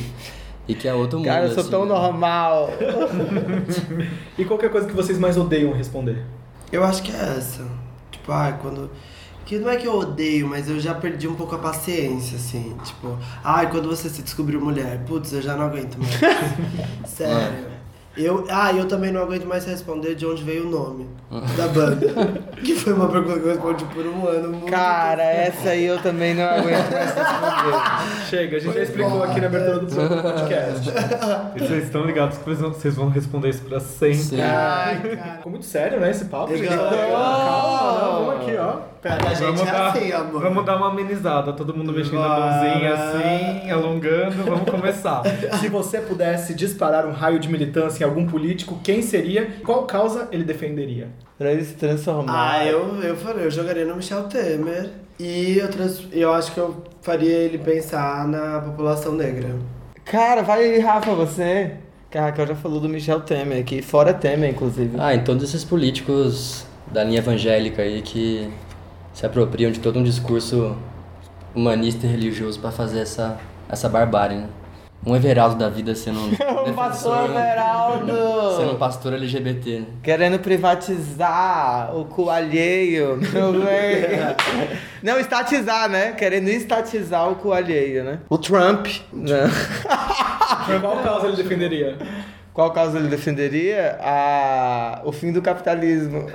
Speaker 3: e que é outro mundo.
Speaker 4: Cara, eu sou
Speaker 3: assim,
Speaker 4: tão
Speaker 3: né?
Speaker 4: normal.
Speaker 1: E qualquer coisa que vocês mais odeiam responder?
Speaker 5: Eu acho que é essa. Tipo, ai, quando. Que não é que eu odeio, mas eu já perdi um pouco a paciência, assim. Tipo, ai, quando você se descobriu mulher, putz, eu já não aguento mais. Sério. Eu, ah, eu também não aguento mais responder de onde veio o nome da banda. que foi uma pergunta que eu respondi por um ano. muito
Speaker 4: Cara, essa aí eu também não aguento mais [LAUGHS] responder.
Speaker 1: Chega, a gente já
Speaker 5: Pois
Speaker 1: explicou
Speaker 5: é.
Speaker 1: aqui na abertura do podcast.
Speaker 5: assim.
Speaker 2: E vocês estão ligados que vocês vão- vocês vão responder isso pra sempre.
Speaker 3: Sim.
Speaker 5: Ai, cara.
Speaker 1: Ficou muito sério, né, esse papo?
Speaker 5: Legal.
Speaker 1: gente? Calma, não, vamos aqui, ó.
Speaker 5: Cara, a gente é assim, amor.
Speaker 2: vamos dar uma amenizada, todo mundo mexendo
Speaker 5: Bora.
Speaker 2: a mãozinha assim, alongando, vamos
Speaker 5: [LAUGHS]
Speaker 2: começar.
Speaker 1: Se você pudesse disparar um raio de militância em algum político, quem seria? Qual causa ele defenderia?
Speaker 4: Pra ele se transformar.
Speaker 5: Ah, eu, eu falei, eu jogaria no Michel Temer. E eu, trans, eu acho que eu faria ele pensar na população negra.
Speaker 4: Cara, vai, Rafa, você. Que a Raquel já falou do Michel Temer aqui, fora Temer, inclusive.
Speaker 3: Ah, em todos esses políticos da linha evangélica aí que se apropriam de todo um discurso humanista e religioso pra fazer essa, essa barbárie, né? Um Everaldo da vida sendo um
Speaker 4: O
Speaker 3: defensor, né?
Speaker 4: pastor
Speaker 3: sendo um
Speaker 4: Veraldo!
Speaker 3: pastor LGBT, né?
Speaker 4: Querendo privatizar o cu alheio, meu
Speaker 3: [LAUGHS]
Speaker 4: bem. Não, estatizar, né? Querendo estatizar o cu alheio, né? O Trump, né?
Speaker 1: Qual causa ele defenderia?
Speaker 4: Qual causa ele defenderia? Ah, o fim do capitalismo.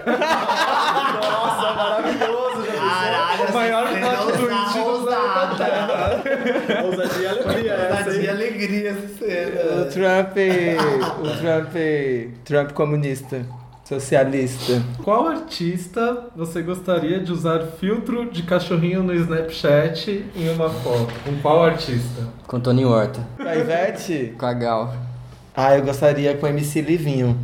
Speaker 1: Nossa, maravilhoso, já
Speaker 5: Caralho,
Speaker 2: Maior plot twist
Speaker 5: tweet
Speaker 2: do
Speaker 5: ousada.
Speaker 1: Ousadia e alegria essa,
Speaker 5: Ousadia e
Speaker 1: hein?
Speaker 5: alegria essa [LAUGHS]
Speaker 4: O
Speaker 5: cena.
Speaker 4: Trump. O Trump. Trump comunista. Socialista.
Speaker 2: Qual artista você gostaria de usar filtro de cachorrinho no Snapchat em uma foto? Com qual artista?
Speaker 3: Com Tony Horta.
Speaker 4: Com a Tá, Ivete?
Speaker 3: Com a Gal.
Speaker 4: [LAUGHS] Ah, eu gostaria com o MC Livinho.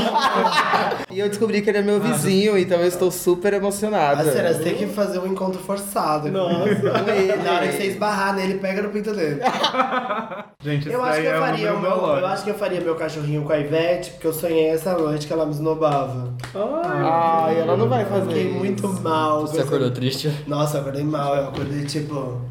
Speaker 4: [LAUGHS] e eu descobri que ele é meu vizinho, então eu estou super
Speaker 5: Ah,
Speaker 4: emocionada.
Speaker 5: sério, você tem que fazer um encontro forçado. Com [LAUGHS] ele. Na hora que você esbarrar nele, pega no pinto dele.
Speaker 2: Gente,
Speaker 5: Eu
Speaker 2: esse daí
Speaker 5: acho que eu
Speaker 2: é
Speaker 5: faria um
Speaker 2: o
Speaker 5: o
Speaker 2: meu
Speaker 5: meu,
Speaker 2: dolor.
Speaker 5: eu acho que eu faria meu cachorrinho com a Ivete, porque eu sonhei essa noite que ela me esnobava.
Speaker 4: Ai, Ah, ela não vai fazer
Speaker 5: Fiquei
Speaker 4: isso.
Speaker 5: muito mal.
Speaker 3: Você acordou triste?
Speaker 5: Nossa, eu acordei mal. Eu acordei tipo.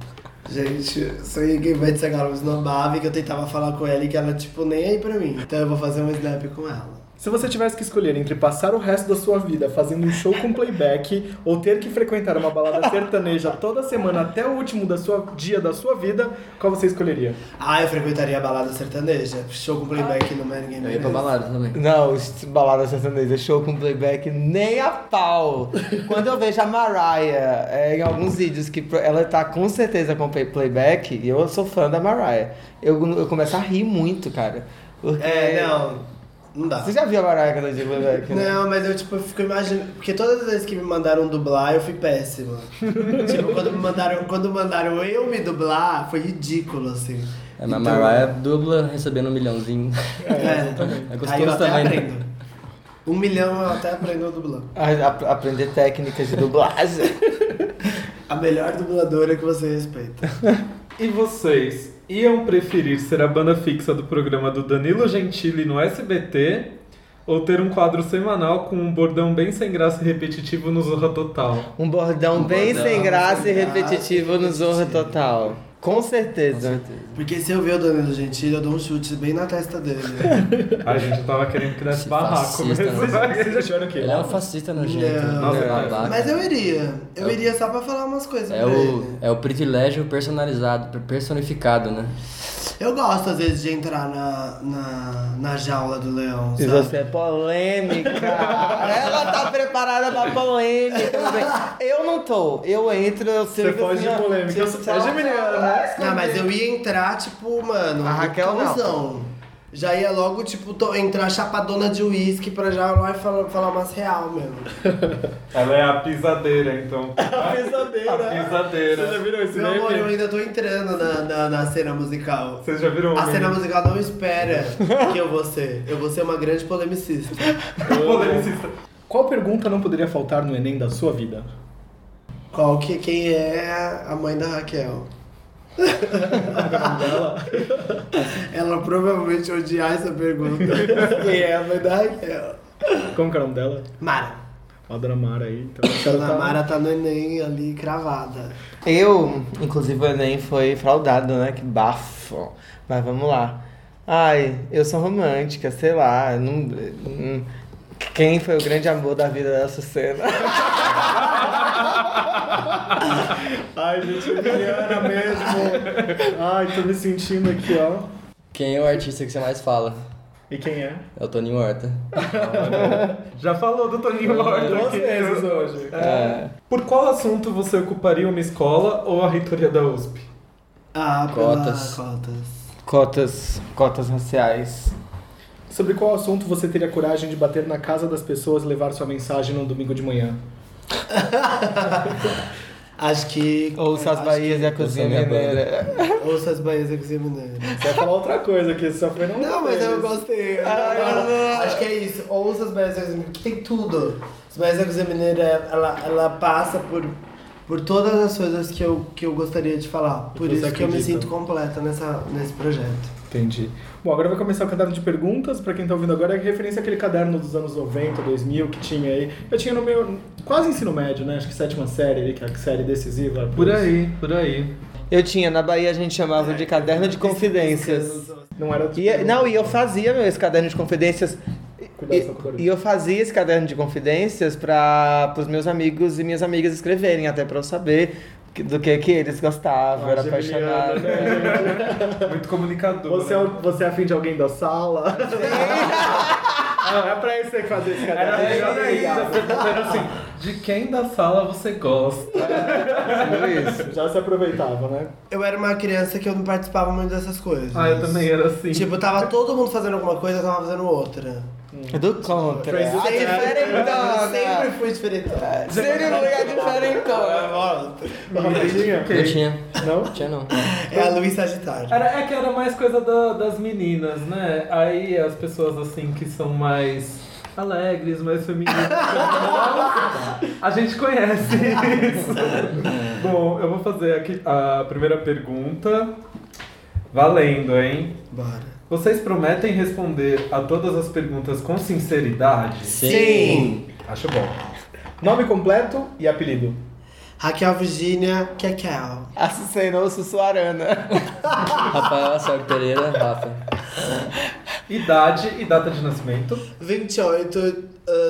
Speaker 5: Gente, sonhei que a Ivete Sangalo me esnobava e que eu tentava falar com ela e que ela, tipo, nem aí pra mim. Então eu vou fazer um snap com ela.
Speaker 1: Se você tivesse que escolher entre passar o resto da sua vida fazendo um show com playback ou ter que frequentar uma balada sertaneja toda semana até o último da sua, dia da sua vida, qual você escolheria?
Speaker 5: Ah, eu frequentaria a balada sertaneja. Show com playback não é ninguém
Speaker 3: Eu ia pra
Speaker 5: merece.
Speaker 3: balada também.
Speaker 4: Não, isso- balada sertaneja, show com playback, nem a pau. Quando eu vejo a Mariah é, em alguns vídeos que pro- ela tá com certeza com play- playback, e eu sou fã da Mariah, eu, eu começo a rir muito, cara. Porque...
Speaker 5: É, não. Não dá.
Speaker 4: Você já viu a Mariah cantando de playback? né?
Speaker 5: Não, mas eu tipo, fico imaginando. Porque todas as vezes que me mandaram dublar, eu fui
Speaker 3: [LAUGHS]
Speaker 5: péssima. tipo, quando me mandaram, quando mandaram eu me dublar, foi ridículo, assim.
Speaker 3: É, mas
Speaker 5: Então,
Speaker 3: Mariah dubla recebendo um milhãozinho.
Speaker 5: É,
Speaker 3: É gostoso
Speaker 5: Aí eu até
Speaker 3: também, né?
Speaker 5: aprendo. Um milhão eu até aprendo a dublar.
Speaker 4: A- a- aprender técnicas de dublagem.
Speaker 5: A melhor dubladora que você respeita.
Speaker 2: E vocês iam preferir ser a banda fixa do programa do Danilo Gentili no SBT ou ter um quadro semanal com um bordão bem sem graça e repetitivo no Zorra Total?
Speaker 4: Um bordão bem
Speaker 3: bordão
Speaker 4: sem graça
Speaker 5: sem
Speaker 4: e
Speaker 5: graça,
Speaker 4: repetitivo no Zorra
Speaker 5: repetitivo.
Speaker 4: Total. Com certeza.
Speaker 5: Porque se eu ver o Danilo Gentili, eu dou um chute bem na
Speaker 3: [LAUGHS]
Speaker 5: testa dele.
Speaker 2: A gente eu tava querendo criar esse
Speaker 3: Esse
Speaker 2: barraco
Speaker 3: fascista,
Speaker 2: mesmo.
Speaker 1: Vocês já tiveram o quê?
Speaker 3: Ele é um fascista nojento,
Speaker 5: Não.
Speaker 3: né,
Speaker 2: Nossa,
Speaker 3: babaca.
Speaker 5: Mas eu iria. Eu iria só pra falar umas coisas
Speaker 3: É
Speaker 5: pra
Speaker 3: o,
Speaker 5: ele.
Speaker 3: é o privilégio personalizado, personificado, né?
Speaker 5: Eu gosto, às vezes, de entrar na, na, na jaula do leão,
Speaker 4: E
Speaker 5: sabe?
Speaker 4: você é polêmica. Ela tá preparada pra polêmica. meu bem. Eu não tô. Eu entro, eu sei
Speaker 1: Você
Speaker 4: que
Speaker 1: foge de
Speaker 4: assim, ó,
Speaker 1: polêmica. Eu sou- É geminiano, né?
Speaker 5: Não, mas eu ia entrar, tipo, mano,
Speaker 4: A Raquel não.
Speaker 5: cãozão. Já ia logo, tipo, to- entrar chapadona de uísque pra já lá e falar, falar umas
Speaker 4: [LAUGHS]
Speaker 5: real mesmo.
Speaker 2: Ela é a pisadeira, então.
Speaker 1: A
Speaker 2: A
Speaker 1: pesadeira. Vocês já
Speaker 2: pisadeira.
Speaker 1: viram esse
Speaker 5: Meu amor, eu
Speaker 1: meme?
Speaker 5: ainda tô entrando na, na, na cena musical.
Speaker 2: Vocês já viram o
Speaker 5: A cena
Speaker 2: meme?
Speaker 5: musical não espera que eu vou ser. Eu vou ser uma grande polemicista.
Speaker 2: Polemicista.
Speaker 1: Qual pergunta não poderia faltar no Enem da sua vida?
Speaker 5: Qual que quem é a mãe da Raquel? Ela provavelmente odiar essa pergunta. Quem é a mãe da Raquel?
Speaker 1: Como que é o nome dela?
Speaker 5: Mara.
Speaker 1: A Dona Mara aí. Então,
Speaker 5: A Ana Mara tá no Enem ali cravada.
Speaker 4: Eu, inclusive, o Enem foi fraudado, né? Que bafo. Mas vamos lá. Ai, eu sou romântica, sei lá. eu não- hum, Quem foi o grande amor da vida dessa cena?
Speaker 1: Ai, gente, Juliana mesmo. Ai, tô me sentindo aqui, ó.
Speaker 3: Quem é o artista que você mais fala?
Speaker 1: E quem é?
Speaker 3: É o Tony Horta.
Speaker 2: [LAUGHS] Já falou do Toninho Horta
Speaker 1: Duas
Speaker 2: aqui.
Speaker 1: vezes hoje.
Speaker 4: É.
Speaker 2: Por qual assunto você ocuparia uma escola ou a reitoria da USP?
Speaker 5: Ah, pela-
Speaker 3: Cotas.
Speaker 5: cotas.
Speaker 4: Cotas, cotas raciais.
Speaker 1: Sobre qual assunto você teria coragem de bater na casa das pessoas e levar sua mensagem num domingo de manhã?
Speaker 5: Acho que.
Speaker 4: Ouça as
Speaker 5: acho
Speaker 4: Bahias e a
Speaker 3: é
Speaker 4: cozinha
Speaker 3: minha banda.
Speaker 4: mineira.
Speaker 5: que- Ouça as Bahias da Cozinha Mineira.
Speaker 1: Você ia falar outra coisa aqui, só foi não.
Speaker 5: Não, mas eu gostei. acho que é isso. Ouça as Bahias da Cozinha Mineira, que tem tudo. As Bahias da Cozinha Mineira, é, ela, ela passa por, por todas as coisas que eu, que eu gostaria de falar. Por
Speaker 1: Você
Speaker 5: isso que eu me
Speaker 1: acredita?
Speaker 5: sinto completa nessa, nesse projeto.
Speaker 1: Entendi. Bom, agora vai começar o caderno de perguntas. Pra quem tá ouvindo agora, é referência àquele caderno dos anos 90, 2000 que tinha aí. Eu tinha no meu. quase ensino médio, né? Acho que sétima série ali, que é a série decisiva.
Speaker 2: Por aí, por aí.
Speaker 4: Eu tinha, na Bahia a gente chamava de caderno de confidências.
Speaker 1: Não era.
Speaker 4: E, eu- não, e eu fazia meu, esse caderno de confidências.
Speaker 1: Cuidado com a
Speaker 4: E,
Speaker 1: colorida.
Speaker 4: e eu fazia esse caderno de confidências para os meus amigos e minhas amigas escreverem, até para eu saber que- do que, que eles gostavam, era apaixonado.
Speaker 1: né? [LAUGHS]
Speaker 2: Muito comunicador. né?
Speaker 1: Você é, o- você é afim de alguém da [LAUGHS] sala? Ah, é pra isso você fazer esse
Speaker 2: Era
Speaker 1: caderno.
Speaker 2: melhor ainda, perguntando assim, de quem da sala você gosta?
Speaker 1: [LAUGHS]
Speaker 4: Luiz.
Speaker 1: Já se aproveitava, né?
Speaker 5: Eu era uma criança que eu não participava muito dessas coisas.
Speaker 2: Ah, eu também era assim.
Speaker 5: Tipo, tava todo mundo fazendo alguma coisa, eu tava fazendo outra.
Speaker 4: Do contra.
Speaker 1: Fez o-
Speaker 4: Ah, diferentona.
Speaker 5: Sempre fui diferentona.
Speaker 4: Sempre no lugar diferentona.
Speaker 1: Rapidinha?
Speaker 3: Eu tinha.
Speaker 1: Não?
Speaker 3: Tinha não.
Speaker 5: É a Luiz Sagitário.
Speaker 2: Era, é que era mais coisa da- das meninas, né? Aí as pessoas assim que são mais alegres, mais
Speaker 1: [LAUGHS]
Speaker 2: femininas. a gente conhece isso.
Speaker 1: É.
Speaker 2: Bom, eu vou fazer aqui a primeira pergunta. Valendo, hein?
Speaker 5: Bora.
Speaker 2: Vocês prometem responder a todas as perguntas com sinceridade?
Speaker 5: Sim.
Speaker 2: Acho bom.
Speaker 1: Nome completo e apelido.
Speaker 5: Raquel Virgínia Kekel.
Speaker 4: Assassina ou Sussuarana.
Speaker 3: Rafael, Sérgio Pereira, Rafa.
Speaker 2: Idade e data de nascimento.
Speaker 5: 28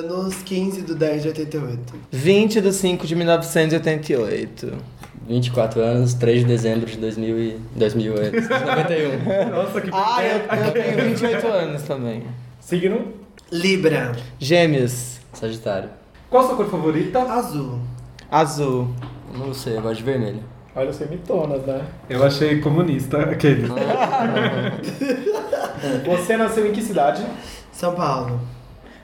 Speaker 5: anos, 15 eh, do 10 de 88.
Speaker 4: 20 de 5 de 1988.
Speaker 3: 24 anos, 3 de dezembro de 2000 e... 2091.
Speaker 2: Nossa, que
Speaker 4: Ah, eu, eu tenho 28 anos também.
Speaker 1: Signo?
Speaker 5: Libra.
Speaker 4: Gêmeos.
Speaker 3: Sagitário.
Speaker 2: Qual a sua cor favorita?
Speaker 5: Azul.
Speaker 4: Azul.
Speaker 3: Não sei, eu gosto de vermelho.
Speaker 1: Olha, você mitonas, né?
Speaker 2: Eu achei comunista aquele.
Speaker 1: Você nasceu em que cidade?
Speaker 5: São Paulo.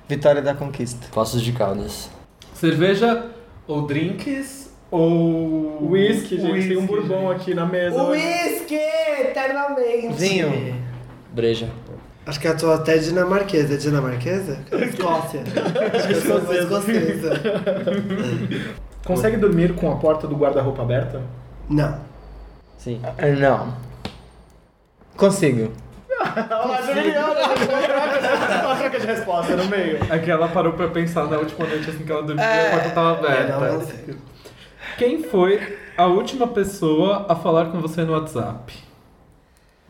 Speaker 4: Vitória da Conquista.
Speaker 3: Poços de Caldas.
Speaker 2: Cerveja ou drinks ou.
Speaker 1: Whisky, gente. Tem um
Speaker 2: Whisky,
Speaker 1: bourbon aqui na mesa.
Speaker 5: Whisky, eternamente.
Speaker 4: Vinho.
Speaker 3: Breja.
Speaker 5: Acho que eu tô até dinamarquesa. É dinamarquesa? Escócia. Acho que eu sou uma escocesa.
Speaker 1: Consegue dormir com a porta do guarda-roupa aberta?
Speaker 5: Não.
Speaker 3: Sim.
Speaker 4: Ah, Não. Consigo.
Speaker 1: Uma troca de resposta no [LAUGHS] meio.
Speaker 2: É que ela parou pra pensar na última noite assim que ela dormiu e a
Speaker 4: É.
Speaker 2: porta tava aberta.
Speaker 5: Não, não sei.
Speaker 2: Quem foi a última pessoa a falar com você no WhatsApp?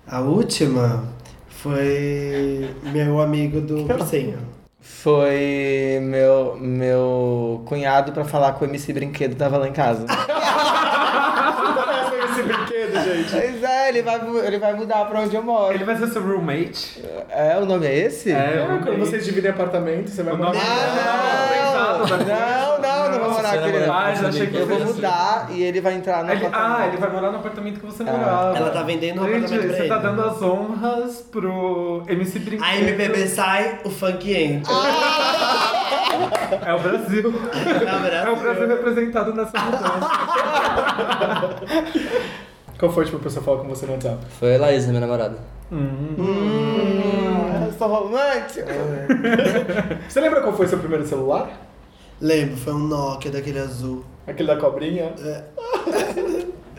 Speaker 5: A última foi meu amigo do cursinho.
Speaker 4: Foi meu, meu cunhado pra falar com o MC Brinquedo tava lá em casa.
Speaker 1: Parece Então, esse brinquedo, gente.
Speaker 4: [LAUGHS] Pois é, ele vai, mu- ele vai mudar pra onde eu
Speaker 2: Ele
Speaker 4: moro.
Speaker 2: vai ser seu roommate?
Speaker 4: É, o nome é esse?
Speaker 2: É,
Speaker 1: Lembra quando
Speaker 2: roommate.
Speaker 1: vocês dividem apartamento, você vai
Speaker 2: O
Speaker 1: morar
Speaker 2: nome-
Speaker 4: Ah,
Speaker 2: Não,
Speaker 4: não, não, não, não vou
Speaker 3: Nossa,
Speaker 4: morar com ele.
Speaker 3: você
Speaker 4: não.
Speaker 3: namorava
Speaker 2: Ah, eu achei que
Speaker 4: Eu vou
Speaker 2: fosse assim.
Speaker 4: mudar e ele vai entrar na
Speaker 2: Ele- ah, ele vai morar no apartamento que você morava.
Speaker 5: Ela tá vendendo um
Speaker 2: Gente,
Speaker 5: apartamento pra
Speaker 2: você
Speaker 5: ele.
Speaker 2: tá dando as honras pro MC Brinquedo.
Speaker 5: A MPB sai, o funk entra.
Speaker 2: É o Brasil. É o Brasil representado
Speaker 5: [LAUGHS]
Speaker 2: nessa mudança.
Speaker 1: Qual foi tipo, a pessoa falar com você no WhatsApp?
Speaker 3: Foi a Heloísa, minha namorada.
Speaker 4: Hum, eu sou romântico.
Speaker 1: Você lembra qual foi seu primeiro celular?
Speaker 5: Lembro, foi um Nokia daquele azul.
Speaker 1: Aquele da cobrinha?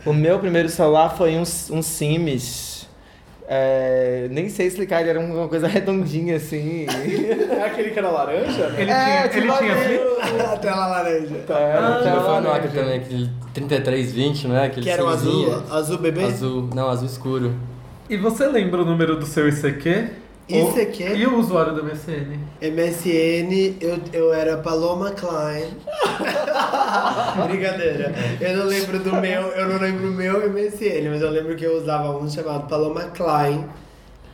Speaker 4: O meu primeiro celular foi um, um Sims. É, nem sei explicar, ele era uma coisa redondinha assim. [LAUGHS]
Speaker 1: É aquele que era laranja? né?
Speaker 2: Ele
Speaker 5: É,
Speaker 2: tinha,
Speaker 5: tipo
Speaker 2: ele tinha
Speaker 5: assim,
Speaker 2: flip?
Speaker 5: [LAUGHS] A tela laranja.
Speaker 1: Tá, era.
Speaker 3: O meu foi
Speaker 4: tá,
Speaker 3: o Nokia
Speaker 4: laranja.
Speaker 3: também, aquele 3320, né? Aquele
Speaker 5: Que era o azul,
Speaker 3: cinzinho.
Speaker 5: azul bebê?
Speaker 3: Azul, não, azul escuro.
Speaker 2: E você lembra o número do seu ICQ?
Speaker 5: ICQ?
Speaker 2: Ou- E o usuário do MSN?
Speaker 5: MSN, eu, eu era Paloma Klein. Brincadeira. Eu não lembro do meu, eu não lembro o meu MSN, mas eu lembro que eu usava um chamado Paloma Klein.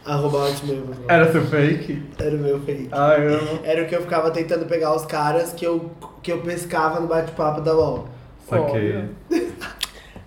Speaker 5: Arroba ótimo.
Speaker 2: Era seu fake?
Speaker 5: Era o meu fake.
Speaker 2: Ah, eu amo.
Speaker 5: Era o que eu ficava tentando pegar os caras que eu, que eu pescava no bate-papo da UOL.
Speaker 2: Saquei.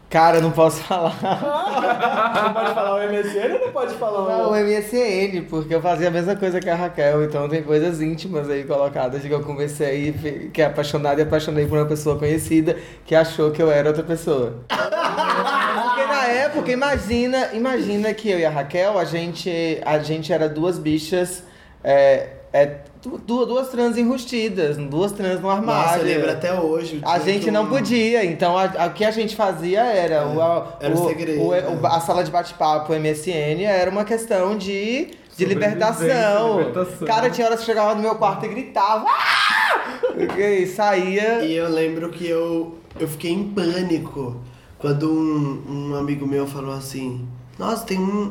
Speaker 4: Cara, eu não posso falar.
Speaker 1: Não pode falar o MSN ou não pode falar
Speaker 4: Não, é.
Speaker 1: o...
Speaker 4: o MSN, porque eu fazia a mesma coisa que a Raquel, então tem coisas íntimas aí colocadas de que eu conversei e fi- que é apaixonada e apaixonei por uma pessoa conhecida que achou que eu era outra pessoa. Porque na época, imagina, imagina que eu e a Raquel, a gente, a gente era duas bichas. É, é, du- duas, duas trans enrustidas, duas trans no armário.
Speaker 5: Nossa, eu lembro até hoje. o
Speaker 4: A
Speaker 5: dia que
Speaker 4: gente
Speaker 5: um-
Speaker 4: não podia, então a- a- o que a gente fazia era. o, a,
Speaker 5: É, era o segredo,
Speaker 4: o-
Speaker 5: né?
Speaker 4: o- a sala de bate-papo, o MSN, era uma questão de, de
Speaker 2: Sobrevivência,
Speaker 4: libertação.
Speaker 2: libertação.
Speaker 4: Cara, tinha horas que chegava no meu quarto e gritava. "Ah!" E saía.
Speaker 5: E eu lembro que eu, eu fiquei em pânico quando um, um amigo meu falou assim: Nossa, tem um.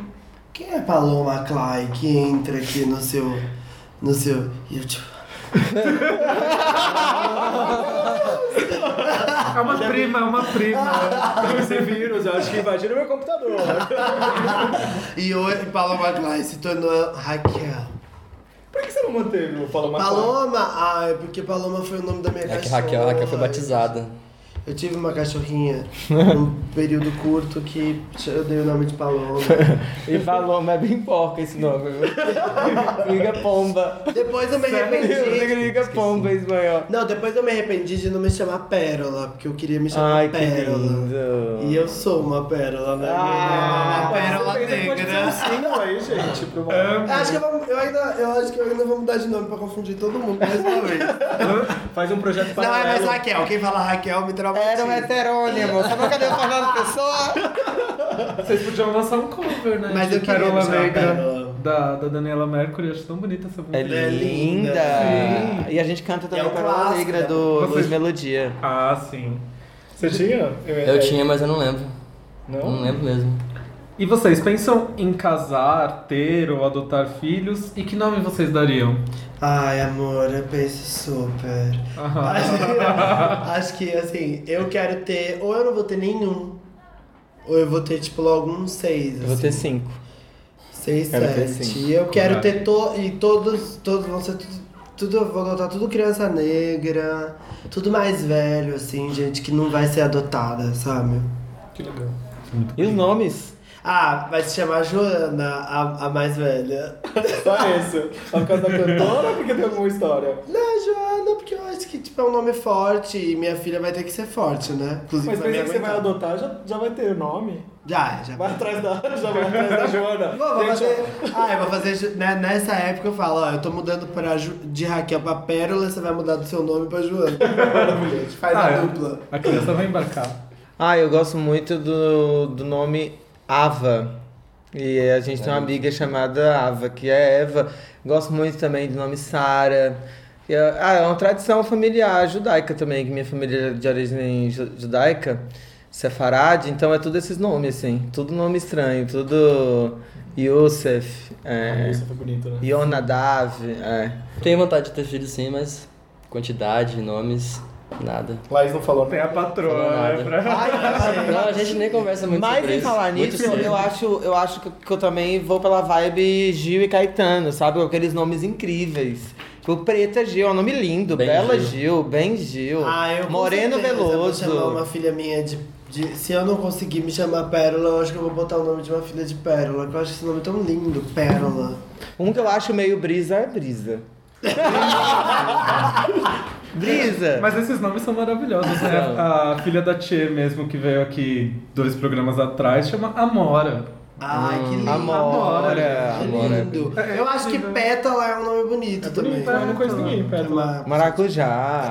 Speaker 5: Quem é Paloma Clay que entra aqui no seu. No seu. E eu tipo.
Speaker 2: É uma prima, é uma
Speaker 5: [LAUGHS]
Speaker 2: prima. Então
Speaker 1: Esse vírus, eu acho que invadiram meu computador.
Speaker 5: E hoje Paloma Clay se tornou Raquel.
Speaker 1: Por que você não manteve o Paloma?
Speaker 5: Paloma? Ah, é porque Paloma foi o nome da minha
Speaker 3: É que
Speaker 5: cachorra.
Speaker 3: Raquel, Raquel foi batizada.
Speaker 5: Eu tive uma cachorrinha num período curto que eu dei o nome de Paloma.
Speaker 4: E Paloma é bem porca esse nome, viu?
Speaker 5: [LAUGHS]
Speaker 4: Liga pomba.
Speaker 5: Depois eu me
Speaker 4: Liga,
Speaker 5: arrependi.
Speaker 4: liga pomba em espanhol.
Speaker 5: Não, depois eu me arrependi de não me chamar Pérola, porque eu queria me chamar
Speaker 4: Ai, que
Speaker 5: Pérola.
Speaker 4: lindo.
Speaker 5: E eu sou uma pérola, né?
Speaker 4: Ah,
Speaker 5: uma pérola
Speaker 1: Pode ser um
Speaker 5: negra. É.
Speaker 1: single aí, gente. pra uma-
Speaker 5: Acho que, eu, vou- eu ainda, eu acho que eu ainda vou mudar de nome pra confundir todo mundo mais uma vez.
Speaker 1: Faz um projeto
Speaker 5: [LAUGHS] Não, é mais
Speaker 1: paralelo.
Speaker 5: Raquel. Quem fala Raquel me traumatiza.
Speaker 4: Era um heterônimo. Sabe cadê o Fernando Pessoa?
Speaker 2: Vocês podiam lançar um cover, né?
Speaker 5: Mas
Speaker 2: de
Speaker 5: eu queria
Speaker 2: Pérola
Speaker 5: usar a
Speaker 2: Negra
Speaker 5: Pérola.
Speaker 2: da, da Daniela Mercury. Acho tão bonita essa música.
Speaker 4: É
Speaker 5: Ela é linda.
Speaker 4: linda. E a gente canta
Speaker 5: E é
Speaker 4: também
Speaker 5: um
Speaker 4: para a
Speaker 5: clássico
Speaker 4: Negra
Speaker 5: da-
Speaker 4: do
Speaker 2: Vocês-
Speaker 4: Luiz Melodia.
Speaker 2: Ah, sim.
Speaker 1: Você tinha?
Speaker 3: Eu tinha, mas eu não lembro. Não
Speaker 1: Não?
Speaker 3: lembro mesmo.
Speaker 2: E vocês pensam em casar, ter ou adotar filhos? E que nome vocês dariam?
Speaker 5: Ai, amor, eu penso super. Acho que, acho que, assim, eu quero ter. Ou eu não vou ter nenhum. Ou eu vou ter, tipo, logo uns seis.
Speaker 4: Eu vou
Speaker 5: assim.
Speaker 4: ter cinco.
Speaker 5: Seis,
Speaker 4: Quero ter
Speaker 5: sete.
Speaker 4: cinco.
Speaker 5: E eu quero
Speaker 2: Coragem.
Speaker 5: ter to e todos, todos vão ser tudo, tudo, eu vou adotar tudo criança negra, tudo mais velho, assim, gente que não vai ser adotada, sabe?
Speaker 1: Que legal.
Speaker 4: E os nomes?
Speaker 5: Ah, vai se chamar Joana, a, a mais velha.
Speaker 1: Só isso. Só por causa da cantora ou porque tem alguma história?
Speaker 5: Não, é Joana, porque eu acho que tipo, é um nome forte e minha filha vai ter que ser forte, né? Inclusive,
Speaker 1: Mas pensa que você vai
Speaker 5: aguentar.
Speaker 1: adotar, já, já vai ter nome.
Speaker 5: Já, já.
Speaker 1: Vai atrás da, [LAUGHS] já vai atrás da Joana.
Speaker 5: Vou, vou
Speaker 1: Gente,
Speaker 5: fazer. Ah, eu vou fazer. Ju- né, Nessa época eu falo, ó, eu tô mudando pra, Ju- de Raquel pra Pérola, você vai mudar do seu nome pra Joana. Maravilha, faz
Speaker 2: Ah,
Speaker 5: a
Speaker 2: é.
Speaker 5: dupla.
Speaker 2: A criança vai embarcar.
Speaker 4: Ah, eu gosto muito do, do nome Ava. E a gente tem uma amiga chamada Ava, que é Eva. Gosto muito também do nome Sara. E é- Ah, é uma tradição familiar judaica também, que minha família é de origem ju- judaica, sefarade, então é tudo esses nomes, assim. Tudo nome estranho, tudo Yosef,
Speaker 1: Ah,
Speaker 4: é,
Speaker 1: Isso foi bonito, né?
Speaker 4: Yonadav, é.
Speaker 3: Tenho vontade de ter filho sim, mas quantidade, nomes, nada.
Speaker 1: Laís não falou né?
Speaker 2: Tem
Speaker 1: nada.
Speaker 2: a patroa, né?
Speaker 3: Não,
Speaker 2: Pra...
Speaker 3: Não, a gente nem conversa É muito
Speaker 4: Mas
Speaker 3: sobre
Speaker 4: em
Speaker 3: isso.
Speaker 4: falar
Speaker 3: Muito
Speaker 4: nisso,
Speaker 3: cedo.
Speaker 4: eu acho, eu acho que, que eu também vou pela vibe Gil e Caetano, sabe? Com aqueles nomes incríveis. Tipo, Preta Gil, é um nome lindo.
Speaker 3: Bem
Speaker 4: Bela Gil.
Speaker 3: Gil.
Speaker 4: Bem Gil.
Speaker 5: Ah, eu com
Speaker 4: Moreno
Speaker 5: certeza Vou
Speaker 4: Veloso.
Speaker 5: chamar uma filha minha de, de- Se eu não conseguir me chamar Pérola, eu acho que eu vou botar o nome de uma filha de Pérola, que eu acho esse nome tão lindo, Pérola.
Speaker 4: Um que eu acho meio brisa é Brisa.
Speaker 5: [LAUGHS]
Speaker 4: brisa.
Speaker 2: Mas esses nomes são maravilhosos, né? A filha da Tchê mesmo, que veio aqui dois programas atrás, chama Amora.
Speaker 5: Ai, que lindo.
Speaker 4: Hum, Amora.
Speaker 5: Que
Speaker 4: Amora. é
Speaker 5: lindo. Eu acho que Pétala é um nome bonito também.
Speaker 1: Bonito, eu não conheço ninguém
Speaker 5: É
Speaker 1: perto.
Speaker 5: uma-
Speaker 4: Maracujá.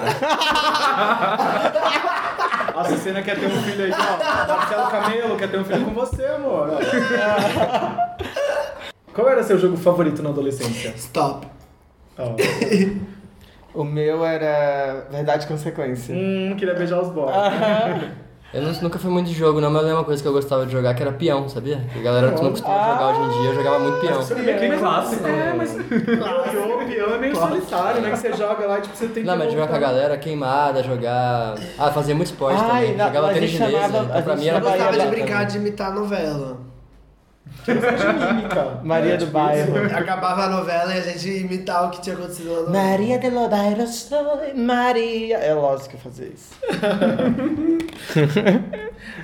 Speaker 1: A Cecília quer ter um filho aí, ó. Marcelo Camelo quer ter um filho com você, amor. [LAUGHS] Qual era seu jogo favorito na adolescência?
Speaker 5: Stop.
Speaker 1: Ó.
Speaker 4: o meu era Verdade e Consequência.
Speaker 1: Hum, queria beijar os boys.
Speaker 2: Ah,
Speaker 3: Eu não- nunca fui muito de jogo, não, mas é uma coisa que eu gostava de jogar que era peão, sabia? Que a galera não costuma
Speaker 4: Ah.
Speaker 3: jogar hoje em dia, eu jogava muito peão.
Speaker 2: Que clássico.
Speaker 1: né?
Speaker 2: É,
Speaker 1: [LAUGHS]
Speaker 2: mas...
Speaker 1: Ioiô, piano é meio solitário, né? Que você joga lá e tipo, você tem que.
Speaker 3: Não, mas jogar com a
Speaker 1: voltar.
Speaker 3: galera, queimada, jogar. Ah, fazia muito esporte
Speaker 4: Ai,
Speaker 3: também.
Speaker 4: na-
Speaker 3: Jogava
Speaker 4: a gente
Speaker 3: tênis de mesa.
Speaker 4: chamava- a
Speaker 3: Então pra
Speaker 4: gente
Speaker 3: mim era
Speaker 5: Eu gostava de
Speaker 3: bacana
Speaker 5: brincar
Speaker 3: também.
Speaker 5: de imitar novela.
Speaker 1: Química.
Speaker 4: Maria do Bairro.
Speaker 5: É, Acabava a novela e a gente imitava o que tinha acontecido na novela.
Speaker 4: Maria de Lodairo, sou Maria. É lógico que eu fazia isso.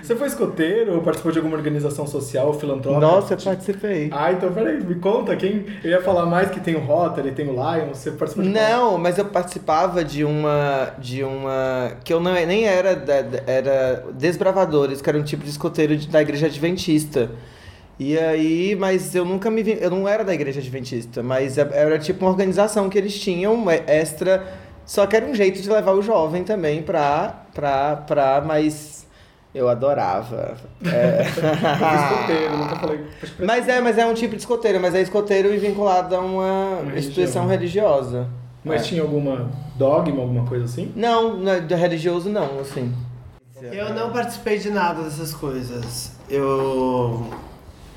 Speaker 1: Você foi escoteiro ou participou de alguma organização social ou filantrópica?
Speaker 4: Nossa, eu participei.
Speaker 1: Ah, então peraí, me conta quem. Eu ia falar mais que tem o Rotary, tem o Lion, você participou de qual?
Speaker 4: Não, mas eu participava de uma. de uma. que eu não, nem era. da- da- era Desbravadores, que era um tipo de escoteiro de- da igreja adventista. E aí, mas eu nunca me vi. Eu não era da igreja adventista, mas é- era tipo uma organização que eles tinham é, extra. Só que era um jeito de levar o jovem também pra. pra. pra. mas. Eu adorava. É.
Speaker 1: [LAUGHS] Eu fui escoteiro, nunca falei.
Speaker 4: Mas é, mas é um tipo de escoteiro, mas é escoteiro e vinculado a uma,
Speaker 1: Uma
Speaker 4: instituição religiosa.
Speaker 2: Ah.
Speaker 1: Mas tinha alguma dogma, alguma coisa assim?
Speaker 4: Não, não é de religioso não, assim.
Speaker 5: Eu não participei de nada dessas coisas. Eu.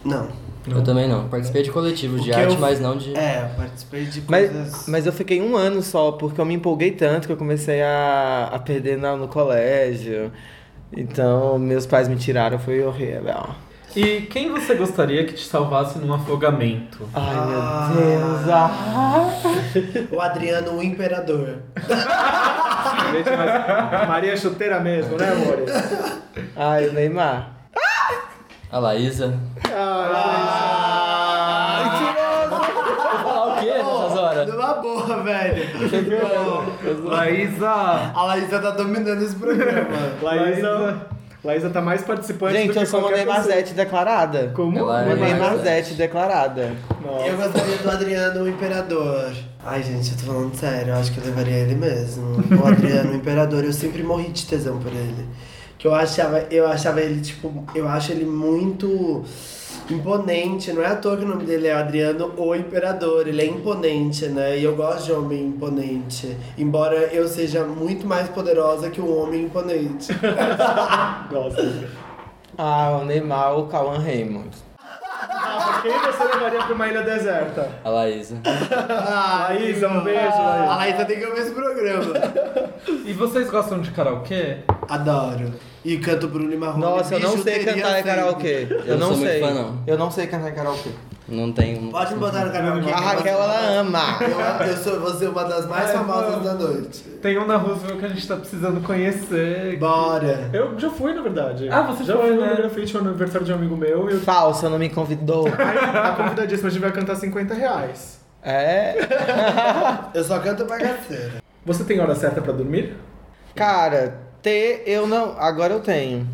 Speaker 5: Não.
Speaker 3: Eu também não. Participei de coletivo de
Speaker 5: Porque
Speaker 3: arte,
Speaker 5: eu-
Speaker 3: mas não de.
Speaker 5: É, eu participei de coisas.
Speaker 4: Mas, mas eu fiquei um ano só, porque eu me empolguei tanto que eu comecei a, a perder na, no colégio. Então, meus pais me tiraram, foi horrível.
Speaker 2: E quem você gostaria que te salvasse num afogamento?
Speaker 4: Ai,
Speaker 5: Ah.
Speaker 4: meu Deus. Ah.
Speaker 5: O Adriano, o imperador.
Speaker 2: sorvete, mas
Speaker 1: Maria é Chuteira mesmo, né, amor?
Speaker 4: Ai, o Neymar.
Speaker 3: A Laísa. Vou falar o quê nessas horas?
Speaker 5: Numa boa, velho. Ô,
Speaker 2: Laísa.
Speaker 5: A Laísa tá dominando esse programa.
Speaker 1: Laísa, Laísa tá mais participante do
Speaker 4: Gente,
Speaker 1: que
Speaker 4: eu sou uma
Speaker 1: qualquer
Speaker 4: Neymar
Speaker 1: pessoa.
Speaker 4: Zete declarada.
Speaker 1: Como?
Speaker 3: Ela é-
Speaker 4: Neymar
Speaker 3: Neymar
Speaker 4: Zete declarada.
Speaker 1: Nossa.
Speaker 5: Eu gostaria do Adriano o Imperador. Ai, gente, eu tô falando sério, eu acho que eu levaria ele mesmo. O Adriano o Imperador, eu sempre morri de tesão por ele. Que eu achava, eu achava ele, tipo, eu acho ele muito imponente. Não é à toa que o nome dele é Adriano o Imperador. Ele é imponente, né? E eu gosto de homem imponente. Embora eu seja muito mais poderosa que um
Speaker 4: [LAUGHS]
Speaker 5: homem imponente.
Speaker 1: Gosto.
Speaker 4: Ah, o Neymar ou o Cauan Raymond.
Speaker 1: Ah, Quem você levaria pra uma ilha deserta?
Speaker 3: A Laísa.
Speaker 1: Laísa, um beijo,
Speaker 4: Ah,
Speaker 5: A
Speaker 1: Laísa.
Speaker 5: Laísa tem que ver esse programa.
Speaker 2: E vocês gostam de karaokê?
Speaker 5: Adoro. E canto Bruno e Marrone.
Speaker 4: Nossa, eu não sei
Speaker 5: bijuteria
Speaker 4: cantar em
Speaker 5: sempre.
Speaker 4: karaokê. Eu,
Speaker 3: Eu
Speaker 4: não
Speaker 3: sou muito
Speaker 4: sei.
Speaker 3: fã, não.
Speaker 4: Eu não sei cantar em karaokê.
Speaker 3: Não tem. um-
Speaker 5: Pode me botar no karaokê.
Speaker 4: A Raquel, Ah, ela ama.
Speaker 5: Eu, eu sou, vou ser uma das mais
Speaker 2: É,
Speaker 5: famosas
Speaker 2: vamos.
Speaker 5: da noite.
Speaker 2: Tem um na Roosevelt que a gente tá precisando conhecer.
Speaker 5: Bora.
Speaker 1: Eu já fui, na verdade.
Speaker 2: Ah, você
Speaker 1: já
Speaker 2: foi,
Speaker 1: fui
Speaker 2: né?
Speaker 1: no grafite no aniversário de um amigo meu e eu...
Speaker 4: Falsa, não me convidou.
Speaker 1: Tá convidadíssima, a gente vai cantar 50 reais.
Speaker 4: É.
Speaker 5: Eu só canto bagaceira.
Speaker 1: Você tem hora certa pra dormir?
Speaker 4: Cara, ter eu não. Agora eu tenho.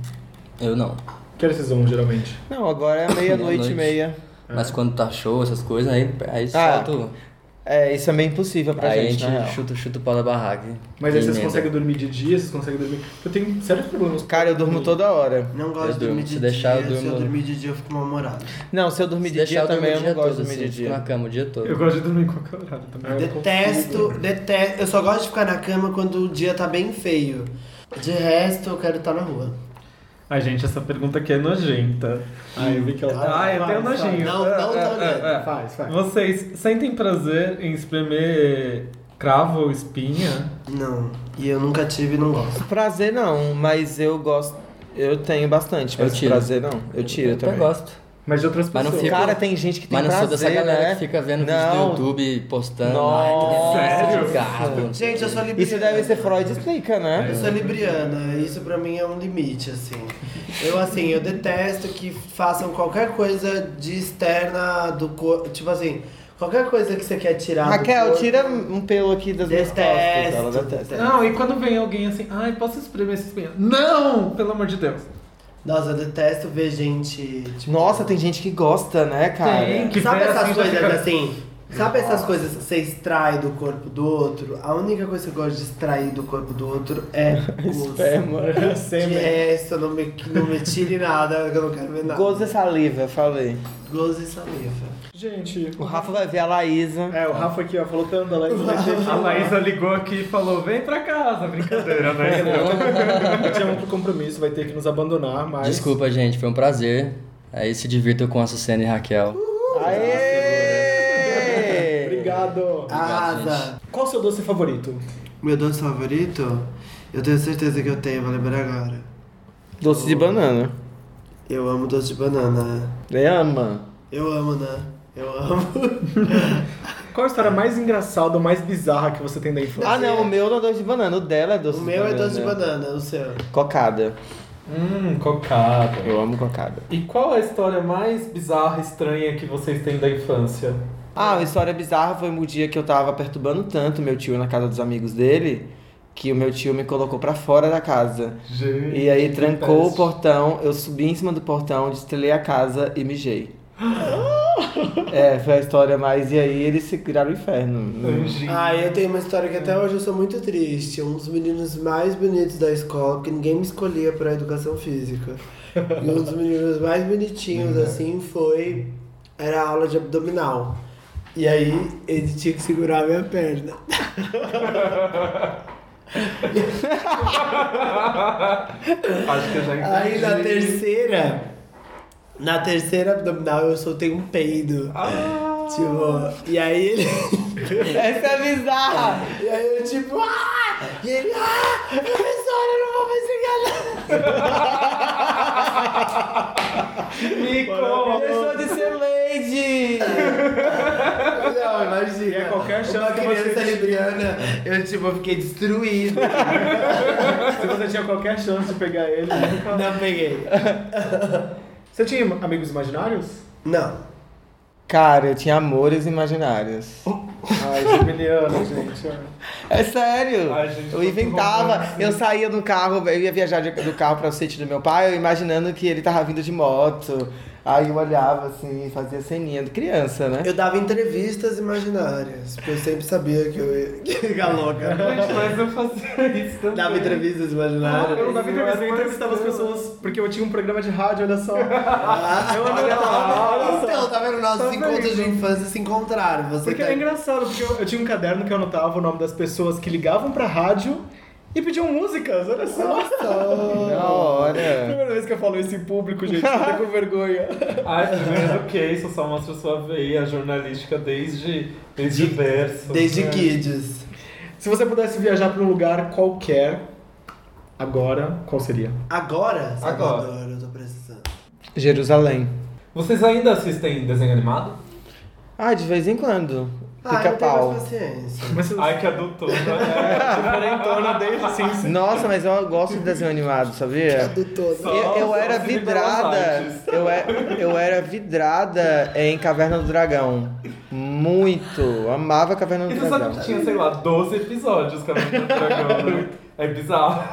Speaker 3: Eu não.
Speaker 1: Que horas vocês vão, geralmente?
Speaker 4: Não, agora é
Speaker 3: Meia-noite.
Speaker 4: meia-noite e meia.
Speaker 3: Mas quando tá show, essas coisas, aí, aí
Speaker 4: Ah,
Speaker 3: solta o-
Speaker 4: É, isso é meio impossível pra
Speaker 3: Aí a
Speaker 4: gente, na
Speaker 3: gente
Speaker 4: real.
Speaker 3: chuta, chuta o pau da barraca.
Speaker 1: Mas aí vocês
Speaker 3: Emenda.
Speaker 1: conseguem dormir de dia, vocês conseguem dormir... Eu tenho sérios problemas. com
Speaker 4: Cara, eu durmo toda hora.
Speaker 5: Não gosto
Speaker 3: Eu
Speaker 5: de dormir
Speaker 3: durmo.
Speaker 5: de
Speaker 3: Se deixar, eu
Speaker 5: dia. Se eu
Speaker 3: durmo.
Speaker 5: dormir de dia, eu fico mal-humorado.
Speaker 4: Não, se eu dormir
Speaker 3: Se
Speaker 4: de
Speaker 3: deixar,
Speaker 4: dia
Speaker 3: eu durmo
Speaker 4: também, eu
Speaker 3: o
Speaker 4: não
Speaker 3: dia
Speaker 4: gosto
Speaker 3: todo,
Speaker 4: de dormir de
Speaker 3: assim, fico
Speaker 4: dia.
Speaker 3: na cama o dia todo.
Speaker 2: Eu gosto de dormir em qualquer horário também. Eu
Speaker 5: Detesto, detesto. Eu só gosto de ficar na cama quando o dia tá bem feio. De resto, eu quero estar na rua.
Speaker 2: Ai, gente, essa pergunta aqui é nojenta.
Speaker 1: Ai, eu vi que ela... tá-
Speaker 2: Ai, até o nojinho.
Speaker 5: Não,
Speaker 2: É,
Speaker 5: não,
Speaker 2: é,
Speaker 5: não,
Speaker 2: é,
Speaker 5: não.
Speaker 2: é.
Speaker 1: Faz, faz.
Speaker 2: Vocês sentem prazer em espremer cravo ou espinha?
Speaker 5: Não. E eu nunca tive e não gosto.
Speaker 3: né?
Speaker 4: Prazer não, mas eu gosto. Eu tenho bastante,
Speaker 3: Eu
Speaker 4: mas
Speaker 3: tiro.
Speaker 4: prazer não. Eu tiro
Speaker 3: eu
Speaker 4: também.
Speaker 3: até gosto.
Speaker 1: Mas de outras
Speaker 3: Mas não
Speaker 1: pessoas.
Speaker 3: fica-
Speaker 4: Cara, tem gente que tem
Speaker 3: Mas não
Speaker 4: prazer,
Speaker 3: sou dessa galera
Speaker 4: né?
Speaker 3: que fica vendo vídeo
Speaker 4: não.
Speaker 3: no YouTube postando.
Speaker 4: Nossa.
Speaker 3: ai, que delícia
Speaker 2: Sério?
Speaker 3: de carro.
Speaker 5: Gente, eu sou libriana.
Speaker 4: Isso deve ser Freud explica, né?
Speaker 5: Eu sou libriana, isso pra mim é um limite, assim. Eu, assim, eu detesto que façam qualquer coisa de externa do corpo. Tipo assim, qualquer coisa que você quer tirar. do
Speaker 4: Raquel,
Speaker 5: corpo,
Speaker 4: tira um pelo aqui das minhas
Speaker 5: Detesto,
Speaker 4: costas. Ela detesta.
Speaker 5: detesto.
Speaker 2: Não, e quando vem alguém assim, ai, posso espremer essa espinha? Não! Pelo amor de Deus.
Speaker 5: Nossa, eu detesto ver gente. Tipo,
Speaker 4: Nossa, tem gente que gosta, né, cara?
Speaker 2: Tem. que
Speaker 5: sabe
Speaker 2: vê
Speaker 5: essas
Speaker 2: assim, já
Speaker 5: coisas
Speaker 2: fica-
Speaker 5: assim? Sabe essas coisas que você extrai do corpo do outro? A única coisa que eu gosto de extrair do corpo do outro é
Speaker 4: [LAUGHS]
Speaker 5: gozo.
Speaker 4: Esperma.
Speaker 5: De
Speaker 1: Sempre.
Speaker 5: resto, não me, não me tire nada, que eu não quero ver nada.
Speaker 4: Gozo é saliva, eu falei.
Speaker 5: Gozo e saliva.
Speaker 1: Gente...
Speaker 4: O Rafa vai ver a Laísa.
Speaker 1: É, o Rafa aqui, ó, falou tanto, a Laísa vai ter
Speaker 2: A Laísa ligou aqui e falou, vem pra casa.
Speaker 1: [LAUGHS]
Speaker 2: Brincadeira, né?
Speaker 1: que... Tinha outro compromisso, vai ter que nos abandonar, mas...
Speaker 3: Desculpa, gente, foi um prazer. Aí se divirtam com a Sucena e Raquel.
Speaker 5: É.
Speaker 4: Aê!
Speaker 1: Obrigado.
Speaker 5: Asa.
Speaker 1: Qual o seu doce favorito?
Speaker 5: Meu doce favorito? Eu tenho certeza que eu tenho, vou lembrar agora.
Speaker 4: Doce de banana.
Speaker 5: Eu amo doce de banana.
Speaker 4: Ele ama.
Speaker 5: Eu amo, né? Eu amo.
Speaker 1: Qual a história mais engraçada, mais bizarra que você tem da infância?
Speaker 4: Ah, não, o meu não é doce de banana, o dela é doce
Speaker 5: o
Speaker 4: de
Speaker 5: meu
Speaker 4: banana.
Speaker 5: é [LAUGHS] doce de banana, o seu.
Speaker 4: Cocada.
Speaker 2: Hum, cocada.
Speaker 4: Eu amo cocada.
Speaker 2: E qual a história mais bizarra, estranha que vocês têm da infância?
Speaker 4: Ah, uma história bizarra foi um dia que eu tava perturbando tanto meu tio na casa dos amigos dele, que o meu tio me colocou pra fora da casa.
Speaker 2: Gente.
Speaker 4: E aí trancou
Speaker 1: peste.
Speaker 4: o portão, eu subi em cima do portão, destrelei a casa
Speaker 2: [GASPS]
Speaker 4: e mijei. é, foi a história mais. E aí eles se viraram o
Speaker 2: um
Speaker 4: inferno.
Speaker 5: Ah, eu tenho uma história que até hoje eu sou muito triste. Um dos meninos mais bonitos da escola, porque ninguém me escolhia pra educação física. E um dos meninos mais bonitinhos, assim, foi. Era a aula de abdominal. E aí ele tinha que segurar a minha perna.
Speaker 2: Acho que eu já entendi.
Speaker 5: Aí na terceira, na terceira abdominal eu soltei um peido.
Speaker 1: Ah.
Speaker 5: Tipo, e aí ele. [LAUGHS]
Speaker 4: Essa é bizarra!
Speaker 5: E aí eu tipo, ah! E ele, ah! Professora, eu não vou mais enganar!
Speaker 4: Deixou de ser lady! Covid!
Speaker 5: Não, imagina.
Speaker 1: E é qualquer chance
Speaker 5: Uma
Speaker 1: que
Speaker 5: criança
Speaker 1: você-
Speaker 5: libriana, eu tipo, eu fiquei destruído.
Speaker 1: Se você tinha qualquer chance de pegar ele. né?
Speaker 5: Não peguei.
Speaker 1: [LAUGHS] Você tinha amigos imaginários?
Speaker 5: Não.
Speaker 4: Cara, eu tinha amores imaginários.
Speaker 1: Ai, [LAUGHS] geminiano, gente. ó.
Speaker 4: É sério.
Speaker 2: Ai, gente,
Speaker 4: eu
Speaker 2: quanto
Speaker 4: inventava.
Speaker 2: romance.
Speaker 4: Eu saía no carro, eu ia viajar de- do carro para o sítio do meu pai, eu imaginando que ele tava vindo de moto. Aí eu olhava assim, fazia ceninha de criança, né?
Speaker 5: Eu dava entrevistas imaginárias, porque eu sempre sabia que eu ia. [LAUGHS] Que ia louca.
Speaker 2: Gente, mas eu fazia isso também.
Speaker 5: Dava entrevistas
Speaker 1: Eu não
Speaker 5: imaginárias.
Speaker 1: dava entrevista, eu entrevistava as pessoas porque eu tinha um programa de rádio, olha [LAUGHS] só. Eu
Speaker 5: Olha
Speaker 1: andava,
Speaker 5: lá,
Speaker 1: olha só.
Speaker 5: Então, tá vendo? Nossos
Speaker 1: Tá
Speaker 5: encontros
Speaker 1: vendo?
Speaker 5: de infância se encontraram. Você
Speaker 1: Porque
Speaker 5: tá-
Speaker 1: é engraçado, porque eu, eu tinha um caderno que eu anotava o nome das pessoas que ligavam pra rádio e pediam músicas, olha só.
Speaker 4: Na hora.
Speaker 1: Primeira vez que eu falo isso em público, gente, eu fico com vergonha.
Speaker 2: Ai, primeiro que isso só mostra sua veia jornalística desde, desde berço.
Speaker 5: Desde
Speaker 2: né?
Speaker 5: kids.
Speaker 1: Se você pudesse viajar pra um lugar qualquer, agora, qual seria?
Speaker 5: Agora?
Speaker 2: Agora.
Speaker 5: Salvador, eu tô precisando.
Speaker 4: Jerusalém.
Speaker 2: Vocês ainda assistem desenho animado?
Speaker 4: Ah, de vez em quando.
Speaker 5: Ah, eu não tenho mais
Speaker 4: Pica-pau.
Speaker 5: paciência.
Speaker 1: Mas se-
Speaker 2: Ai, que adultona. né?
Speaker 1: [LAUGHS] diferentona desde sim.
Speaker 4: Nossa, mas eu gosto de desenho animado, sabia?
Speaker 5: Adutora.
Speaker 4: Eu, eu
Speaker 2: Nossa,
Speaker 4: era
Speaker 2: você me deu
Speaker 4: vidrada.
Speaker 2: umas
Speaker 4: Eu, é- eu era vidrada em Caverna do Dragão. Muito. Amava Caverna
Speaker 2: E
Speaker 4: do
Speaker 2: tu sabe
Speaker 4: Dragão.
Speaker 2: que tinha, sei lá, 12 episódios Caminho do Dragão, né? É bizarro.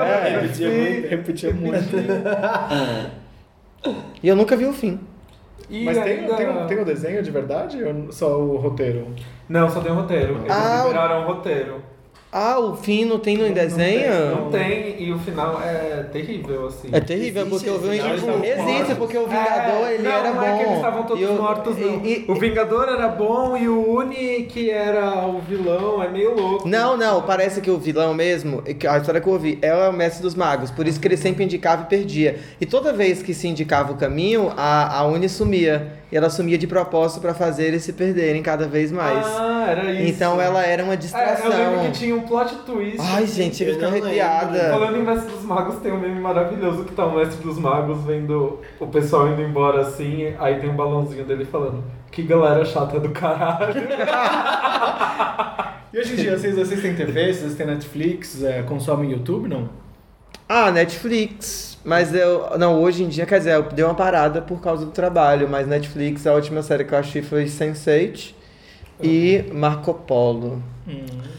Speaker 4: É.
Speaker 1: Repetia muito, repetia muito.
Speaker 4: E eu nunca vi o fim.
Speaker 2: E
Speaker 1: Mas tem,
Speaker 2: ainda-
Speaker 1: tem, um, tem um desenho de verdade ou só o roteiro?
Speaker 2: Não, só tem um roteiro. Eles
Speaker 4: Ah, o-
Speaker 2: liberaram um roteiro.
Speaker 4: Ah, o fim não tem no desenho?
Speaker 2: Não tem, e o final é terrível, assim.
Speaker 4: É terrível,
Speaker 5: Existe
Speaker 4: porque eu vi
Speaker 5: esse
Speaker 4: um.
Speaker 5: final,
Speaker 4: Tipo,
Speaker 2: eles estavam
Speaker 4: existe, porque o Vingador,
Speaker 2: É,
Speaker 4: ele
Speaker 2: não,
Speaker 4: era
Speaker 2: não
Speaker 4: bom.
Speaker 2: é que eles estavam todos
Speaker 4: E o-
Speaker 2: mortos, não.
Speaker 4: e- e-
Speaker 2: o Vingador era bom e o Uni, que era o vilão, é meio louco.
Speaker 4: Não, não, parece que o vilão mesmo, que a história que eu ouvi, é o mestre dos magos, por isso que ele sempre indicava e perdia. E toda vez que se indicava o caminho, a, a Uni sumia. E ela sumia de propósito pra fazer eles se perderem cada vez mais.
Speaker 2: Ah, era isso.
Speaker 4: então ela era uma
Speaker 2: É, eu
Speaker 4: distração.
Speaker 2: lembro que tinha um plot twist.
Speaker 4: Ai, gente, eu
Speaker 5: Eu
Speaker 4: fico
Speaker 5: não lembro.
Speaker 4: arrepiada.
Speaker 2: Falando em Mestre dos Magos, tem um meme maravilhoso que tá o Mestre dos Magos vendo o pessoal indo embora assim, aí tem um balãozinho dele falando que galera chata do caralho.
Speaker 1: E hoje em dia, vocês assistem TV, vocês assistem Netflix, é, consomem YouTube, não?
Speaker 4: Ah, Netflix. Mas eu. Não, hoje em dia, quer dizer, eu dei uma parada por causa do trabalho, mas Netflix, a última série que eu achei foi Sense8 e Marco Polo.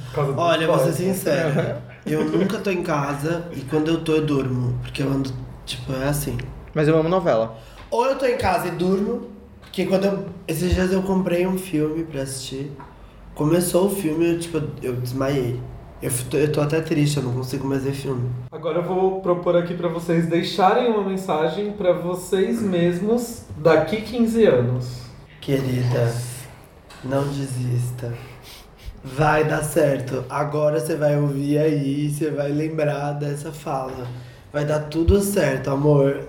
Speaker 2: Por causa do
Speaker 5: Olha, eu vou ser
Speaker 2: esporte.
Speaker 5: sincera. Eu nunca tô em casa e quando eu tô, eu durmo. Porque eu ando, tipo, é assim.
Speaker 4: Mas eu amo novela.
Speaker 5: Ou eu tô em casa e durmo, porque quando eu. Esses dias eu comprei um filme pra assistir. Começou o filme, eu, tipo, eu desmaiei. Eu, f- eu tô até triste, eu não consigo mais ver filme.
Speaker 2: Agora eu vou propor aqui pra vocês deixarem uma mensagem pra vocês mesmos daqui 15 anos.
Speaker 5: Querida, não desista. Vai dar certo. Agora você vai ouvir aí, você vai lembrar dessa fala. Vai dar tudo certo, amor.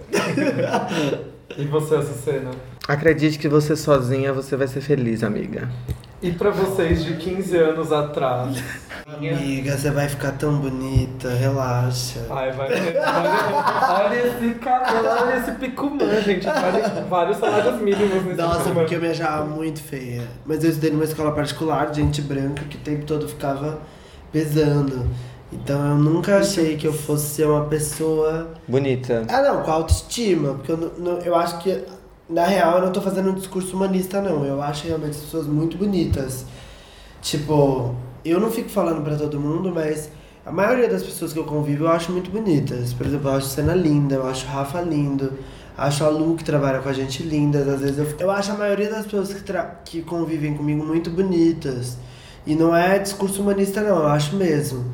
Speaker 2: E você, Açucena?
Speaker 4: Acredite que você sozinha você vai ser feliz, amiga.
Speaker 2: E pra vocês de 15 anos atrás?
Speaker 5: Amiga, você vai ficar tão bonita, relaxa.
Speaker 2: Ai, vai ter. Olha, olha esse cabelo, olha esse picumã, gente. Vale vários salários mínimos nesse
Speaker 5: Nossa,
Speaker 2: picumã.
Speaker 5: porque eu me achava muito feia. Mas eu estudei numa escola particular, de gente branca, que o tempo todo ficava pesando. Então eu nunca achei que eu fosse ser uma pessoa.
Speaker 4: Bonita.
Speaker 5: Ah, não, com autoestima. Porque eu, não- não- eu acho que, na real, eu não tô fazendo um discurso humanista, não. Eu acho realmente as pessoas muito bonitas. Tipo, eu não fico falando pra todo mundo, mas a maioria das pessoas que eu convivo eu acho muito bonitas. Por exemplo, eu acho Cena linda, eu acho o Rafa lindo, acho a Lu que trabalha com a gente linda. Às vezes eu, eu acho a maioria das pessoas que, tra- que convivem comigo muito bonitas. E não é discurso humanista, não, eu acho mesmo.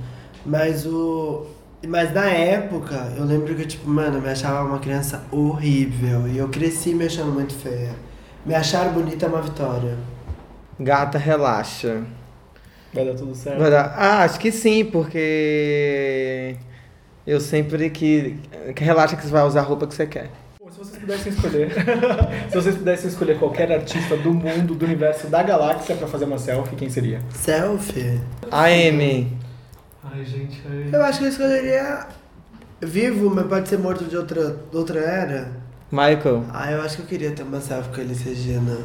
Speaker 5: Mas o. Mas na época, eu lembro que, tipo, mano, eu me achava uma criança horrível. E eu cresci me achando muito feia. Me achar bonita é uma vitória.
Speaker 4: Gata, relaxa.
Speaker 1: Vai dar tudo certo.
Speaker 4: Vai dar- Ah, acho que sim, porque eu sempre que. que Relaxa que você vai usar a roupa que você quer.
Speaker 1: Bom, se vocês pudessem escolher, [LAUGHS] se vocês pudessem escolher qualquer artista do mundo, do universo, da galáxia pra fazer uma selfie, quem seria?
Speaker 5: é Selfie?
Speaker 4: A Amy.
Speaker 2: Ai, gente, ai.
Speaker 5: Eu acho que eu escolheria vivo, mas pode ser morto de outra, de outra era.
Speaker 4: Michael.
Speaker 5: Ah, eu acho que eu queria ter uma selfie com a Elis Regina.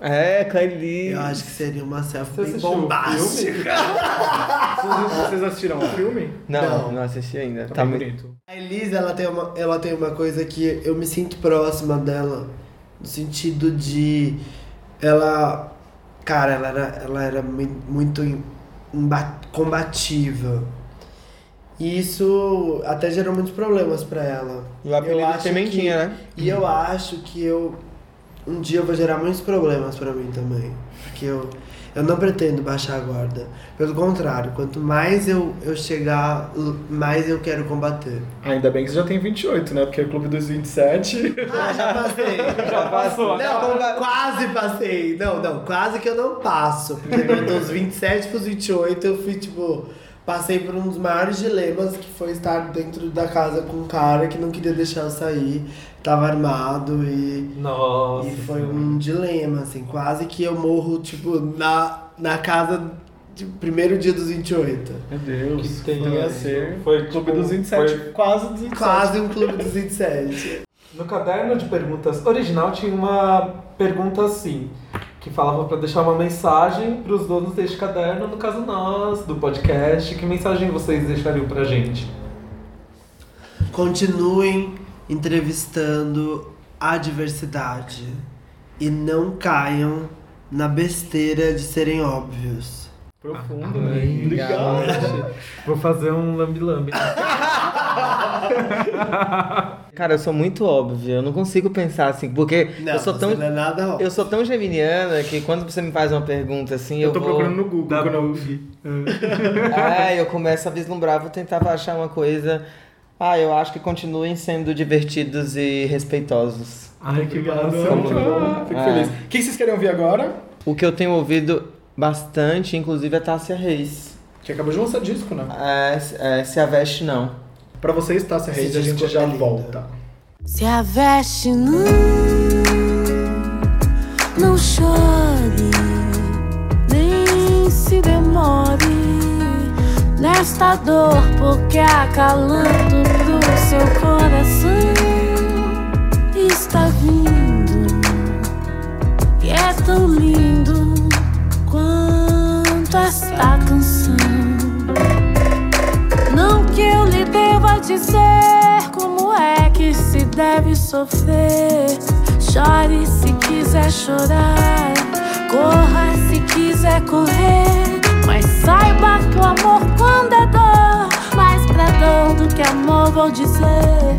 Speaker 4: É, Kylie.
Speaker 5: Eu acho que seria uma selfie bem
Speaker 1: assistiu o
Speaker 5: bombástica.
Speaker 1: Vocês, vocês assistiram o filme?
Speaker 4: Não,
Speaker 5: Não.
Speaker 4: não, assisti ainda.
Speaker 1: Tá
Speaker 4: Tá
Speaker 1: bem
Speaker 4: muito.
Speaker 1: bonito.
Speaker 5: A Elisa, ela tem, uma, ela tem uma coisa que eu me sinto próxima dela, no sentido de ela. Cara, ela era, ela era mui- muito em- emba- combativa. E isso até gerou muitos problemas pra ela.
Speaker 4: E o apelido
Speaker 5: Eu
Speaker 4: é
Speaker 5: acho
Speaker 4: Sementinha,
Speaker 5: que-
Speaker 4: né?
Speaker 5: E eu acho que eu. Um dia eu vou gerar muitos problemas pra mim também. Porque eu, eu não pretendo baixar a guarda. Pelo contrário, quanto mais eu, eu chegar, l- mais eu quero combater.
Speaker 1: Ainda bem que você já tem 28, né? Porque é Clube dos 27.
Speaker 5: Ah, já passei.
Speaker 1: Já passou. Então
Speaker 5: Não, quase passei. Não, não, quase que eu não passo. Porque do- dos 27 pros 28 eu fui, tipo, passei por um dos maiores dilemas que foi estar dentro da casa com um cara que não queria deixar eu sair, tava armado e.
Speaker 2: Nossa.
Speaker 5: e foi um dilema, assim, quase que eu morro, tipo, na, na casa de primeiro dia dos 28.
Speaker 1: Meu Deus.
Speaker 2: Que tem
Speaker 1: não ia
Speaker 2: isso?
Speaker 1: ser.
Speaker 2: Foi,
Speaker 1: um Clube
Speaker 2: tipo,
Speaker 1: dos 27.
Speaker 2: foi-
Speaker 1: Quase 27.
Speaker 5: Quase um clube dos 27.
Speaker 2: No caderno de perguntas original tinha uma pergunta assim, que falava pra deixar uma mensagem pros donos deste caderno, no caso nós, do podcast. Que mensagem vocês deixariam pra gente?
Speaker 5: Continuem entrevistando a diversidade e não caiam na besteira de serem óbvios.
Speaker 1: Profundo,
Speaker 2: Amém.
Speaker 1: né? Obrigado.
Speaker 2: Vou fazer um lambi-lambi.
Speaker 4: Cara, eu sou muito óbvio. Eu não consigo pensar assim, porque
Speaker 5: Não,
Speaker 4: eu sou tão.
Speaker 5: você não é nada óbvio.
Speaker 4: Eu sou tão geminiana que quando você me faz uma pergunta assim, eu,
Speaker 1: Eu tô
Speaker 4: vou...
Speaker 1: procurando no Google.
Speaker 2: Da
Speaker 1: quando eu- É.
Speaker 4: Ah, eu começo a vislumbrar, vou tentar achar uma coisa. Ah, eu acho que continuem sendo divertidos e respeitosos.
Speaker 2: Ai, que
Speaker 1: Obrigado.
Speaker 2: massa.
Speaker 4: Como não?
Speaker 1: Ah, Fico
Speaker 4: Ah.
Speaker 1: feliz. O que vocês querem ouvir agora?
Speaker 4: O que eu tenho ouvido bastante, inclusive, é Tássia Reis.
Speaker 1: Que acabou de lançar disco, né?
Speaker 4: É, é, se a veste, não.
Speaker 1: Pra vocês, tá? Se a
Speaker 5: Esse
Speaker 1: rede, a
Speaker 5: disco
Speaker 1: gente
Speaker 5: é
Speaker 1: já
Speaker 5: lindo.
Speaker 1: volta.
Speaker 6: Se a veste não, não chore, nem se demore nesta dor, porque acalanto do seu coração está vindo e é tão lindo quanto esta canção. Não que eu lhe deva dizer como é que se deve sofrer. Chore se quiser chorar, corra se quiser correr. Mas saiba que o amor quando é dor, mais pra dor do que amor vou dizer.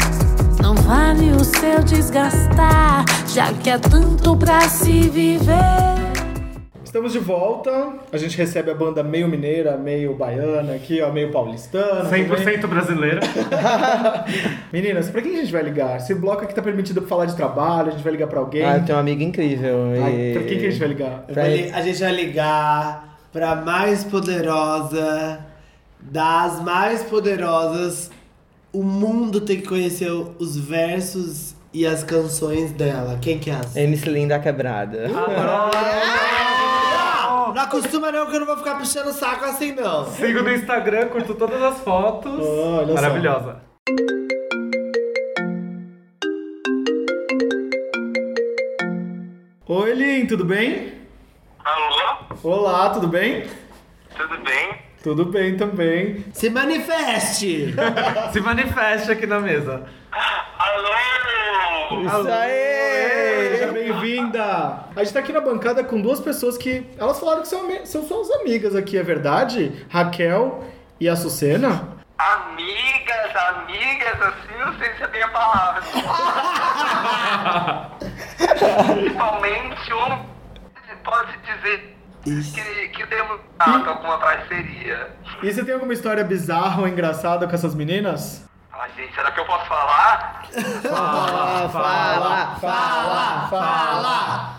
Speaker 6: Não vale o seu desgastar, já que é tanto pra se viver.
Speaker 1: Estamos de volta. A gente recebe a banda meio mineira, meio baiana aqui, ó, meio paulistana. também.
Speaker 2: brasileira.
Speaker 1: Meninas, pra quem a gente vai ligar? Esse bloco aqui tá permitido pra falar de trabalho, a gente vai ligar pra alguém.
Speaker 4: Ah, tá. eu tenho uma amiga incrível.
Speaker 1: Ai,
Speaker 4: e-
Speaker 1: pra Ah, então quem que a gente vai ligar?
Speaker 5: Eu vou li- a gente vai ligar pra mais poderosa das mais poderosas. O mundo tem que conhecer o- os versos e as canções dela. Quem que é essa?
Speaker 4: MC Linda Quebrada.
Speaker 1: [LAUGHS]
Speaker 5: Ah, Não acostuma não que eu não vou ficar puxando o saco assim não.
Speaker 2: Sigo no Instagram, curto todas as fotos.
Speaker 1: Olha só.
Speaker 2: Maravilhosa.
Speaker 1: Oi, Lin, tudo bem?
Speaker 7: Alô?
Speaker 1: Olá, tudo bem?
Speaker 7: Tudo bem?
Speaker 1: Tudo bem também.
Speaker 5: Se manifeste!
Speaker 2: Se manifeste aqui na mesa.
Speaker 7: Alô?
Speaker 4: Isso aí!
Speaker 1: Seja bem-vinda! A gente tá aqui na bancada com duas pessoas que. Elas falaram que são, ame- são suas amigas aqui, é verdade? Raquel e a Sucena?
Speaker 7: Amigas, amigas, assim, não sei se eu tenho a palavra. Principalmente um pode dizer que, que temos dado alguma parceria.
Speaker 1: E você tem alguma história bizarra ou engraçada com essas meninas?
Speaker 7: Ah, gente, será que eu posso falar?
Speaker 4: Fala, fala, fala, fala!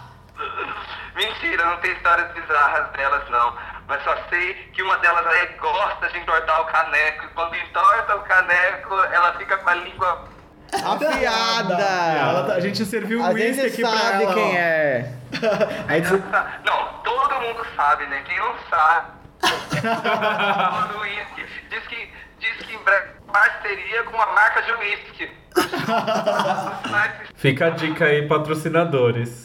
Speaker 7: Mentira, não tem histórias bizarras delas não. Mas só sei que uma delas aí gosta de entortar o caneco. E quando entorta o caneco, ela fica com a língua
Speaker 1: Ela tá-
Speaker 4: Afiada!
Speaker 1: a gente serviu um
Speaker 4: A
Speaker 1: uísque
Speaker 4: gente
Speaker 1: aqui pra
Speaker 4: sabe
Speaker 1: ela.
Speaker 4: quem é.
Speaker 1: Aí você-
Speaker 7: Sa- Não, todo mundo sabe, né? Quem não
Speaker 4: [LAUGHS]
Speaker 7: sabe.
Speaker 4: [LAUGHS]
Speaker 7: Todo uísque. diz que diz que em breve parceria com uma marca de uísque.
Speaker 2: Fica a dica aí, patrocinadores.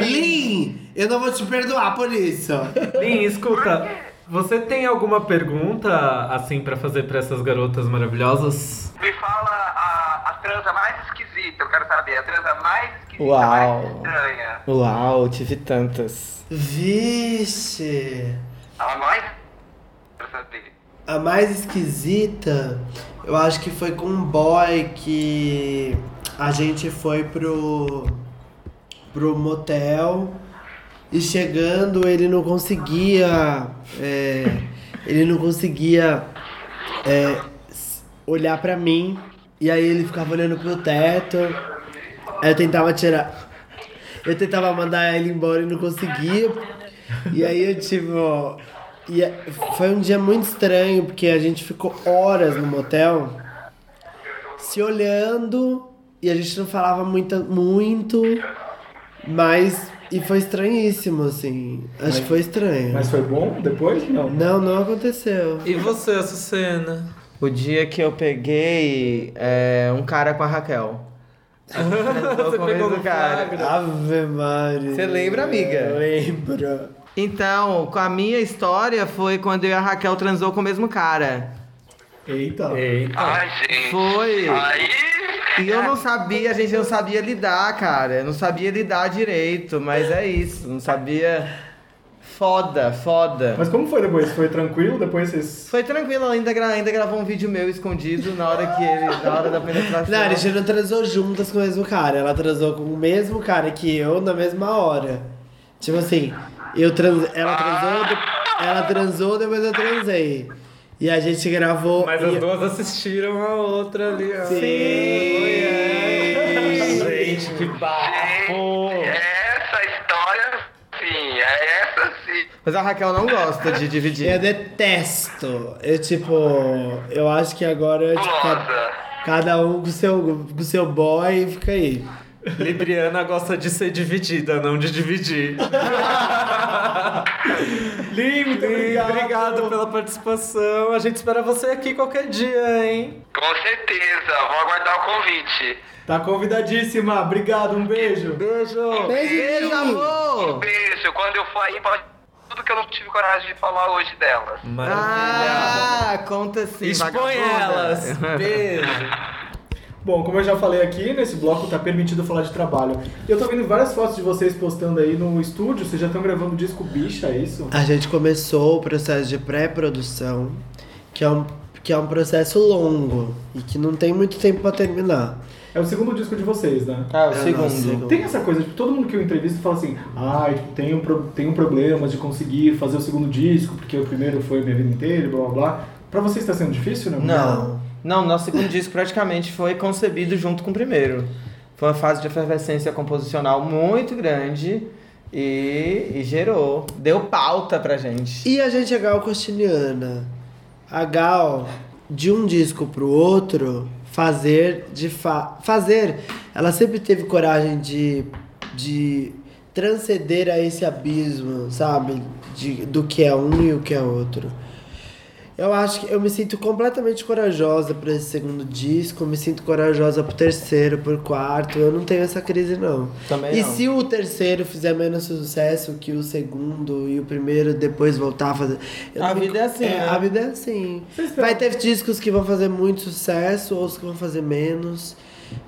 Speaker 5: Lin, eu não vou te perdoar por isso.
Speaker 2: Lin, escuta, você tem alguma pergunta assim pra fazer pra essas garotas maravilhosas?
Speaker 7: Me fala a, a transa mais esquisita, eu quero saber. A transa mais esquisita,
Speaker 4: Uau.
Speaker 7: mais estranha.
Speaker 4: Uau, tive tantas.
Speaker 5: Vixe,
Speaker 7: A mais. Quero saber.
Speaker 5: a mais esquisita, eu acho que foi com um boy que a gente foi pro, pro motel e chegando ele não conseguia. é, ele não conseguia é, s- olhar pra mim. E aí ele ficava olhando pro teto. Aí eu tentava tirar. Eu tentava mandar ele embora e não conseguia. E aí eu tive, ó. E é- foi um dia muito estranho, porque a gente ficou horas no motel se olhando e a gente não falava muito, muito mas. E foi estranhíssimo, assim. Acho que foi estranho.
Speaker 1: Mas foi bom depois? Não.
Speaker 5: Não, não aconteceu.
Speaker 2: E você, Açucena?
Speaker 4: O dia que eu peguei é, um cara com
Speaker 1: [LAUGHS]
Speaker 4: a Raquel.
Speaker 2: Você pegou no flagra.
Speaker 5: Ave Maria.
Speaker 4: Você lembra, amiga?
Speaker 5: Eu lembro.
Speaker 4: Então, com a minha história foi quando eu e a Raquel transou com o mesmo cara.
Speaker 1: Eita.
Speaker 2: Eita.
Speaker 7: Ai, gente.
Speaker 4: Foi.
Speaker 7: Aí.
Speaker 4: E eu não sabia, a gente não sabia lidar, cara. Eu não sabia lidar direito, mas é isso. Não sabia. Foda, foda.
Speaker 1: Mas como foi depois? Foi tranquilo? Depois vocês.
Speaker 4: Foi tranquilo, ainda, gra- ainda gravou um vídeo meu escondido na hora que ele. Na hora da penetração.
Speaker 5: Não, a gente não transou juntas com o mesmo cara. Ela transou com o mesmo cara que eu na mesma hora. Tipo assim, eu trans... ela transou, de- ela transou, depois eu transei. E a gente gravou.
Speaker 2: Mas
Speaker 5: e-
Speaker 2: as duas assistiram a outra ali. ó.
Speaker 5: Sim.
Speaker 2: Gente, que bafo!
Speaker 7: Gente, essa história, sim, é essa sim.
Speaker 4: Mas a Raquel não gosta de
Speaker 5: Eu [LAUGHS]
Speaker 4: dividir.
Speaker 5: detesto. Eu, tipo, eu acho que agora. Tipo,
Speaker 7: Gulosa.
Speaker 5: ca- cada um com seu, com seu boy e fica aí.
Speaker 2: Libriana gosta de ser dividida, não de [LAUGHS] dividir. Lin, muito obrigado. pela participação. A gente espera você aqui qualquer dia, hein?
Speaker 7: Com certeza, vou aguardar o convite.
Speaker 1: Tá convidadíssima. Obrigado, um beijo.
Speaker 4: Beijo! Beijo, amor!
Speaker 7: Beijo, quando eu for aí, pode tudo que eu não tive coragem de falar hoje delas.
Speaker 4: Ah, conta sim,
Speaker 2: Expõe [LAUGHS]
Speaker 4: vagabunda.
Speaker 2: elas.
Speaker 4: É
Speaker 2: Beijo.
Speaker 1: Bom, como eu já falei aqui, nesse bloco tá permitido falar de trabalho. Eu tô vendo várias fotos de vocês postando aí no estúdio. Vocês já estão gravando o disco Bicha, é isso?
Speaker 5: A gente começou o processo de pré-produção, que, é um, que é um processo longo e que não tem muito tempo pra terminar.
Speaker 1: É o segundo disco de vocês, né?
Speaker 4: Ah, o
Speaker 5: É,
Speaker 4: segundo.
Speaker 5: nossa, segundo.
Speaker 1: Tem essa coisa, tipo, todo mundo que eu entrevisto fala assim, ah, tenho, pro- tenho problemas de conseguir fazer o segundo disco, porque o primeiro foi minha vida inteira, e blá blá blá. Pra vocês tá sendo difícil, né?
Speaker 4: Não. Não, nosso segundo disco praticamente foi concebido junto com o primeiro. Foi uma fase de efervescência composicional muito grande e, e gerou. Deu pauta pra gente.
Speaker 5: E a gente é Gal Costiniana. A Gal, de um disco pro outro, fazer de fa fazer. Ela sempre teve coragem de, de transcender a esse abismo, sabe? De, do que é um e o que é outro. Eu acho que eu me sinto completamente corajosa pra esse segundo disco, me sinto corajosa pro terceiro, pro quarto. Eu não tenho essa crise, não.
Speaker 4: Também
Speaker 5: e
Speaker 4: não.
Speaker 5: se o terceiro fizer menos sucesso que o segundo e o primeiro depois voltar a fazer. eu
Speaker 4: A
Speaker 5: não-
Speaker 4: vida é assim, né?
Speaker 5: A vida é assim. Vai ter discos que vão fazer muito sucesso, outros que vão fazer menos.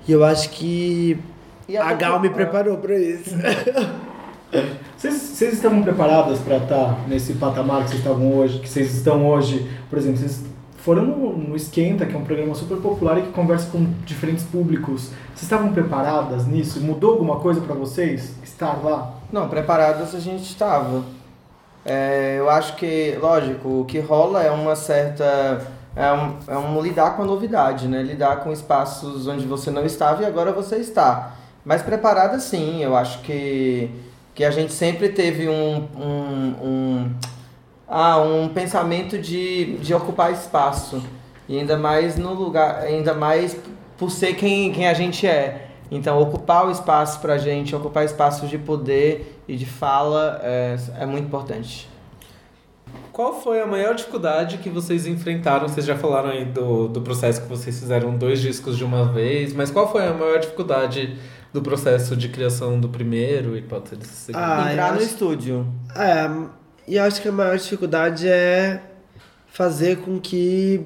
Speaker 5: E eu acho que
Speaker 4: E
Speaker 5: a
Speaker 4: até
Speaker 5: Gal me
Speaker 4: que-
Speaker 5: preparou pra
Speaker 4: [LAUGHS]
Speaker 5: isso.
Speaker 1: Vocês, vocês estavam preparadas pra estar nesse patamar que vocês estavam hoje, que vocês estão hoje? Por exemplo, vocês foram no, no Esquenta, que é um programa super popular e que conversa com diferentes públicos. Vocês estavam preparadas nisso? Mudou alguma coisa pra vocês estar lá?
Speaker 4: Não, preparados a gente estava. É, eu acho que, lógico, o que rola é uma certa. É um, é um lidar com a novidade, né? Lidar com espaços onde você não estava e agora você está. Mas preparada sim, eu acho que, que a gente sempre teve um, um, um, ah, um pensamento de, de ocupar espaço. E ainda mais no lugar, ainda mais por ser quem, quem a gente é. Então, ocupar o espaço pra gente, ocupar espaço de poder e de fala é, é muito importante.
Speaker 2: Qual foi a maior dificuldade que vocês enfrentaram? Vocês já falaram aí do, do processo que vocês fizeram dois discos de uma vez, mas qual foi a maior dificuldade do processo de criação do primeiro e pode ser desse segundo?
Speaker 5: Ah, eu
Speaker 4: Entrar no
Speaker 5: acho-
Speaker 4: estúdio.
Speaker 5: É, e eu acho que a maior dificuldade é fazer com que.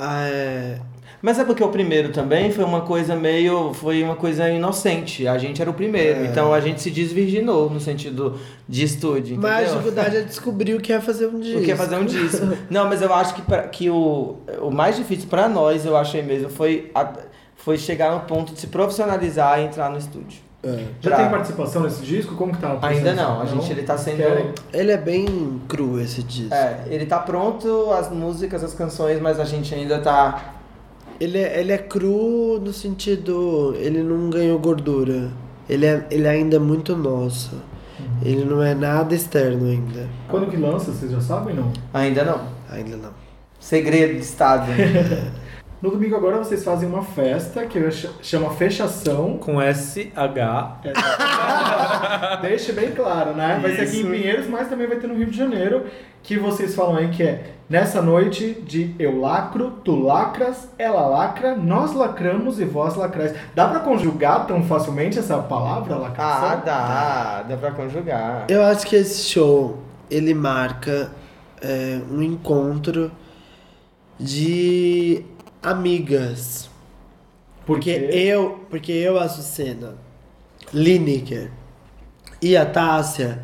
Speaker 5: é,
Speaker 4: Mas é porque o primeiro também foi uma coisa meio. Foi uma coisa inocente. A gente era o
Speaker 5: É.
Speaker 4: primeiro. Então a gente se desvirginou no sentido de estúdio.
Speaker 5: mas a
Speaker 4: entendeu?
Speaker 5: dificuldade é descobrir o que é fazer um disco.
Speaker 4: O que é fazer um disco. Não, mas eu acho que, pra, que o, o mais difícil pra nós, eu achei mesmo, foi, a- foi chegar no ponto de se profissionalizar e entrar no estúdio.
Speaker 1: Já
Speaker 5: É.
Speaker 4: Pra-
Speaker 1: tem participação nesse disco? Como que tá? o processo?
Speaker 4: Ainda não, a gente ele tá sendo.
Speaker 1: Querem?
Speaker 5: Ele é bem cru esse disco.
Speaker 4: É, ele tá pronto, as músicas, as canções, mas a gente ainda tá.
Speaker 5: Ele, é, ele é cru no sentido. Ele não ganhou gordura. Ele, é, ele ainda é muito nosso. Ele não é nada externo ainda.
Speaker 1: Quando que lança, vocês já sabem, não?
Speaker 4: Ainda não.
Speaker 5: Ainda não.
Speaker 4: Segredo de [LAUGHS] Estado.
Speaker 1: No domingo agora vocês fazem uma festa que eu ch- chama
Speaker 2: [LAUGHS]
Speaker 1: Fechação.
Speaker 2: Com SH.
Speaker 1: Deixe bem claro, né? Vai ser aqui em Pinheiros, mas também vai ter no Rio de Janeiro, que vocês falam aí que é Nessa noite de eu lacro, tu lacras, ela lacra, nós lacramos e vós lacrais. Dá pra conjugar tão facilmente essa palavra, lacração?
Speaker 4: ah, dá, É dá pra conjugar.
Speaker 5: Eu acho que esse show ele marca é, um encontro de amigas. Porque eu, porque eu, a Sucena, Lineker e a Tássia,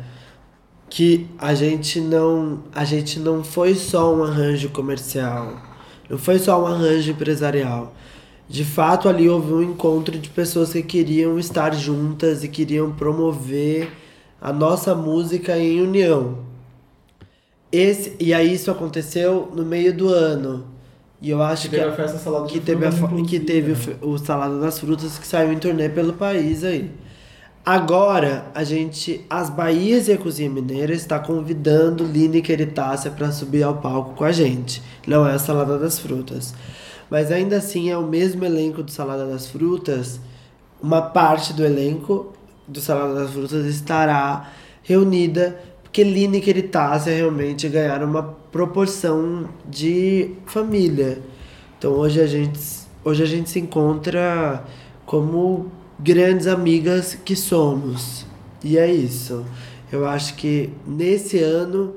Speaker 5: que a gente não, a gente não foi só um arranjo comercial, não foi só um arranjo empresarial. De fato, ali houve um encontro de pessoas que queriam estar juntas e queriam promover a nossa música em união. Esse, e aí isso aconteceu no meio do ano. E eu acho
Speaker 1: Que
Speaker 5: que
Speaker 1: teve a festa salada
Speaker 5: que
Speaker 1: de
Speaker 5: teve, a
Speaker 1: frutas,
Speaker 5: fa- que
Speaker 1: inclusive,
Speaker 5: teve
Speaker 1: né?
Speaker 5: o fe- o Salada das Frutas que saiu em turnê pelo país aí. Agora, a gente, as Bahias e a Cozinha Mineira está convidando Lineker e Tássia para subir ao palco com a gente. Não é a Salada das Frutas. Mas ainda assim é o mesmo elenco do Salada das Frutas. Uma parte do elenco do Salada das Frutas estará reunida, porque Lineker e Tássia realmente ganharam uma proporção de família. Então hoje a gente, hoje a gente se encontra como grandes amigas que somos. E é isso. Eu acho que nesse ano,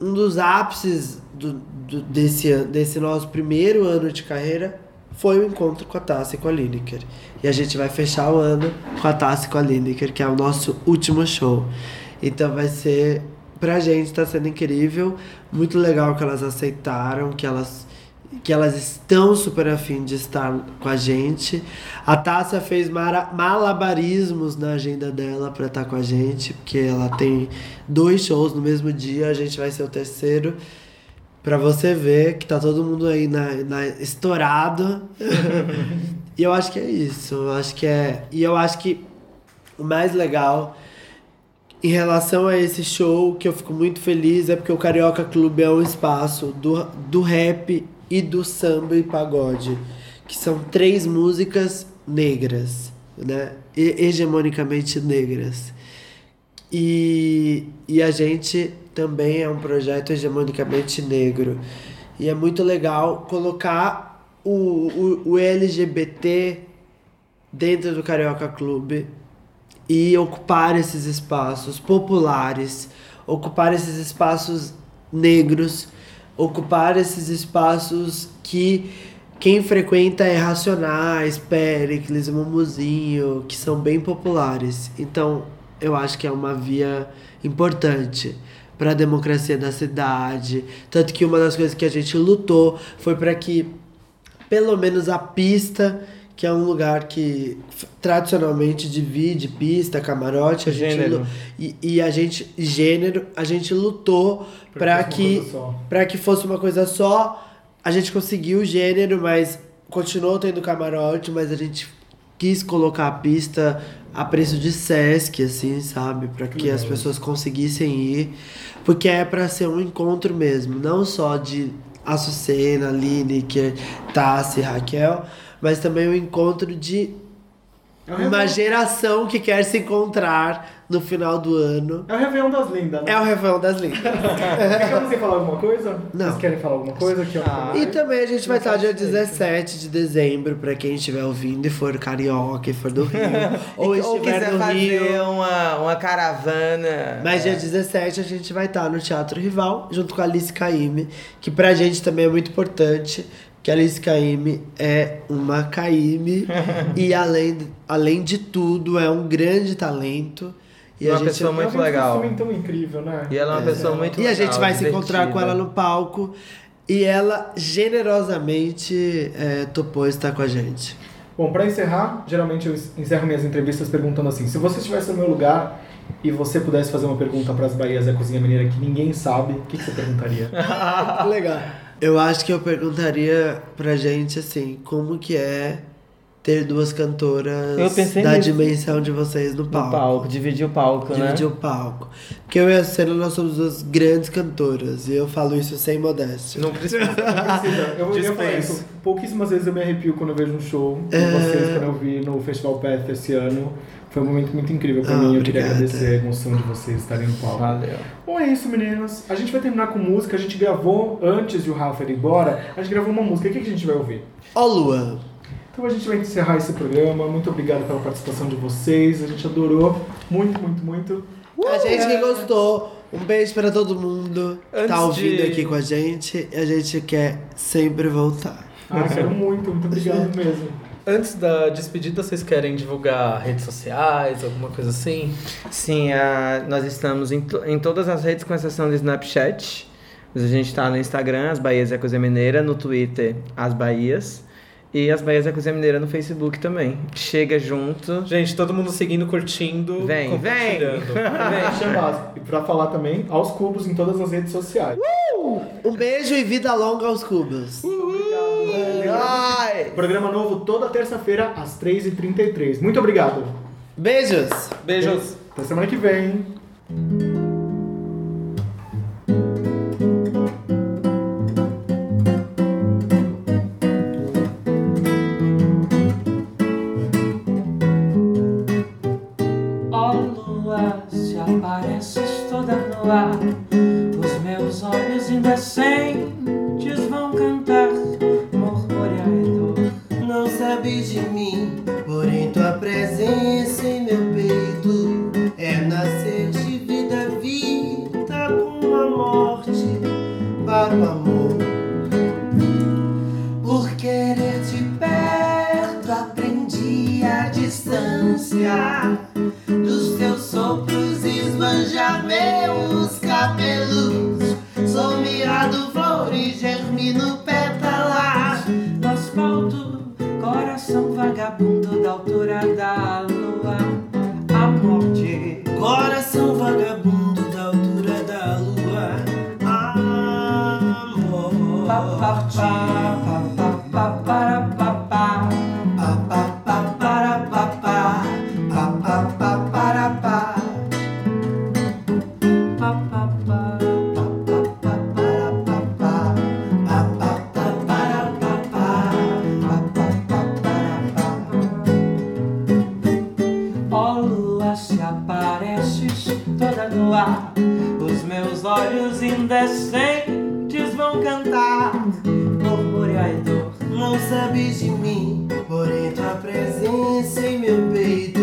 Speaker 5: um dos ápices do, do- desse, an- desse nosso primeiro ano de carreira foi o encontro com a Tassi e com a Lineker. E a gente vai fechar o ano com a Tassi e com a Lineker, que é o nosso último show. Então vai ser, pra gente, tá sendo incrível. Muito legal que elas aceitaram, que elas que elas estão super afim de estar com a gente. A Tássia fez mara- malabarismos na agenda dela para estar com a gente, porque ela tem dois shows no mesmo dia, a gente vai ser o terceiro. Pra você ver que tá todo mundo aí na, na- estourado. e eu acho que é isso. Eu acho que é. E eu acho que o mais legal em relação a esse show, que eu fico muito feliz, é porque o Carioca Clube é um espaço do, do rap e do samba e pagode, que são três músicas negras, né? E- hegemonicamente negras. E, e a gente também é um projeto hegemonicamente negro. E é muito legal colocar o, o, o LGBT dentro do Carioca Clube e ocupar esses espaços populares, ocupar esses espaços negros, ocupar esses espaços que quem frequenta é Racionais, Péricles, Mumuzinho, que são bem populares. Então, eu acho que é uma via importante para a democracia da cidade. Tanto que uma das coisas que a gente lutou foi para que, pelo menos, a pista, que é um lugar que f- tradicionalmente divide pista, camarote, a gente
Speaker 4: Gênero.
Speaker 5: lu- e, e a gente gênero, a gente lutou para
Speaker 1: fosse uma
Speaker 5: que
Speaker 1: coisa só.
Speaker 5: para que fosse uma coisa só. A gente conseguiu o gênero, mas continuou tendo camarote, mas a gente quis colocar a pista a preço de Sesc, assim, sabe? Pra que as pessoas conseguissem ir. Porque é pra ser um encontro mesmo, não só de Açucena, é Lineker, Tassi, Raquel, mas também um encontro de
Speaker 1: É o
Speaker 5: Uma
Speaker 1: Réveillon,
Speaker 5: geração que quer se encontrar no final do ano.
Speaker 1: é o Réveillon das lindas, né?
Speaker 5: É o Réveillon das Lindas.
Speaker 1: Ficamos sem falar alguma coisa?
Speaker 5: É. Não. Ah,
Speaker 1: Vocês querem falar alguma coisa? Que é eu...
Speaker 4: Ah,
Speaker 5: E também a gente vai estar dia 17 de dezembro, pra quem estiver ouvindo e for carioca e for
Speaker 4: [LAUGHS]
Speaker 5: do Rio. ou
Speaker 4: E-
Speaker 5: estiver
Speaker 4: quiser
Speaker 5: no
Speaker 4: fazer um-
Speaker 5: Rio.
Speaker 4: Uma, uma caravana. É.
Speaker 5: Mas dia 17 a gente vai estar no Teatro Rival, junto com a Alice Caime, que pra gente também é muito importante, que a Alice Caime é uma
Speaker 4: [LAUGHS]
Speaker 5: Caime e além, além de tudo é um grande talento. E
Speaker 4: Uma
Speaker 5: a gente
Speaker 4: pessoa muito
Speaker 1: Ela fez
Speaker 4: legal.
Speaker 1: Um filme tão incrível, né?
Speaker 4: E ela é uma pessoa muito
Speaker 5: E a
Speaker 4: legal,
Speaker 5: gente vai se
Speaker 4: divertida.
Speaker 5: encontrar com ela no palco. E ela generosamente é, topou estar com a gente.
Speaker 1: Bom, pra encerrar, geralmente eu encerro minhas entrevistas perguntando assim: se você estivesse no meu lugar e você pudesse fazer uma pergunta pras Bahias da Cozinha Mineira que ninguém sabe, o que, que você
Speaker 5: [LAUGHS]
Speaker 1: perguntaria?
Speaker 5: Legal. Eu acho que eu perguntaria pra gente assim, como que é ter duas cantoras
Speaker 4: Eu pensei
Speaker 5: da
Speaker 4: nisso.
Speaker 5: dimensão de vocês no
Speaker 4: No
Speaker 5: palco.
Speaker 4: palco, dividir o palco, né?
Speaker 5: Dividir o palco. Porque eu e a Cena, nós somos duas grandes cantoras. E eu falo isso sem modéstia.
Speaker 4: Não precisa.
Speaker 1: Não precisa, eu eu ia falar isso. Pouquíssimas vezes eu me arrepio quando eu vejo um show de
Speaker 5: É.
Speaker 1: vocês, quando eu vi no Festival Path esse ano. Foi um momento muito incrível pra
Speaker 5: Ah,
Speaker 1: mim. Eu queria
Speaker 5: obrigada.
Speaker 1: agradecer a emoção de vocês estarem no palco.
Speaker 4: Valeu.
Speaker 1: Bom, é isso, meninas. A gente vai terminar com música. A gente gravou antes de o Rafa ir embora. A gente gravou uma música. O que que a gente vai ouvir?
Speaker 5: Ó, Luan.
Speaker 1: Então a gente vai encerrar esse programa. Muito obrigado pela participação de vocês. A gente adorou. Muito, muito, muito.
Speaker 4: Uh!
Speaker 5: A gente que gostou. Um beijo pra todo mundo que
Speaker 4: Antes
Speaker 5: tá ouvindo
Speaker 4: de-
Speaker 5: aqui com a gente. A gente quer sempre voltar.
Speaker 1: Ah, quero muito. Muito obrigado mesmo.
Speaker 2: Antes da despedida, vocês querem divulgar redes sociais, alguma coisa assim?
Speaker 4: Sim, a- nós estamos em, to- em todas as redes com exceção do Snapchat. Mas a gente está no Instagram, As Bahias e a Cozinha Mineira, no Twitter, As Bahias. E As Bahias e a Cozinha Mineira no Facebook também. Chega junto.
Speaker 2: Gente, todo mundo seguindo, curtindo,
Speaker 4: Vem,
Speaker 2: compartilhando.
Speaker 1: Também, chamado. E pra falar também, aos cubos em todas as redes sociais.
Speaker 5: Um beijo e vida longa aos cubos.
Speaker 4: [LAUGHS] Uh! Ai!
Speaker 1: Programa novo toda terça-feira, às 3h33. Muito obrigado.
Speaker 5: Beijos!
Speaker 2: Beijos.
Speaker 1: Até semana que vem.
Speaker 8: Ó lua, se apareces toda nua, os meus olhos indecentes vão cantar, murmurar e dor.
Speaker 6: Não sabe de mim, porém tua presença em meu peito é nascer de vida, vida com a morte para o amor. Por querer te perto, aprendi a distância dos teus sopros esbanjar meus cabelos. Sou mirado, flor e germino pétalas.
Speaker 8: No asfalto, coração vagabundo da altura da lua, a morte.
Speaker 6: Coração vagabundo da altura da lua Amor
Speaker 8: Pa, pa, pa, pa, pa, pa, para, pa, pa.
Speaker 6: Pa, pa, pa, para, pa, pa. Pa, pa, pa, para, pa.
Speaker 8: Pa, pa,
Speaker 6: Pa, pa,
Speaker 8: pa.
Speaker 6: pa, para, pa, pa. Pa, pa, pa, para, pa, pa. Pa, pa, pa, para, pa.
Speaker 8: Ó lua, se apareces toda nua, os meus olhos indecentes vão cantar, murmurar e dor.
Speaker 6: Não sabe de mim, porém tua presença em meu peito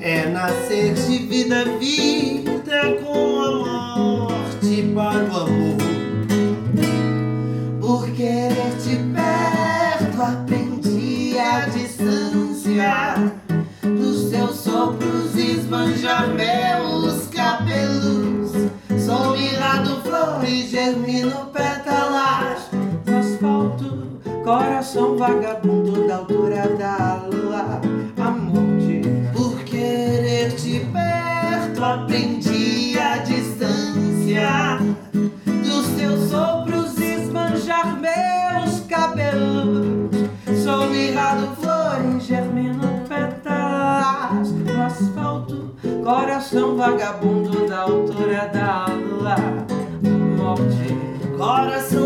Speaker 6: é nascer de vida, vida com a morte para o amor. Por querer te perto, aprendi a distância dos teus sopros esbanja meus cabelos. Sou mirado, flor e germino pétalas.
Speaker 8: No asfalto, coração vagabundo da altura da lua, amor de
Speaker 6: Por querer te perto, aprendi a distância dos teus sopros esbanjar meus cabelos. Sou mirado flores.
Speaker 8: germino pétalas. No asfalto, coração vagabundo da altura da lua, morte.
Speaker 6: Coração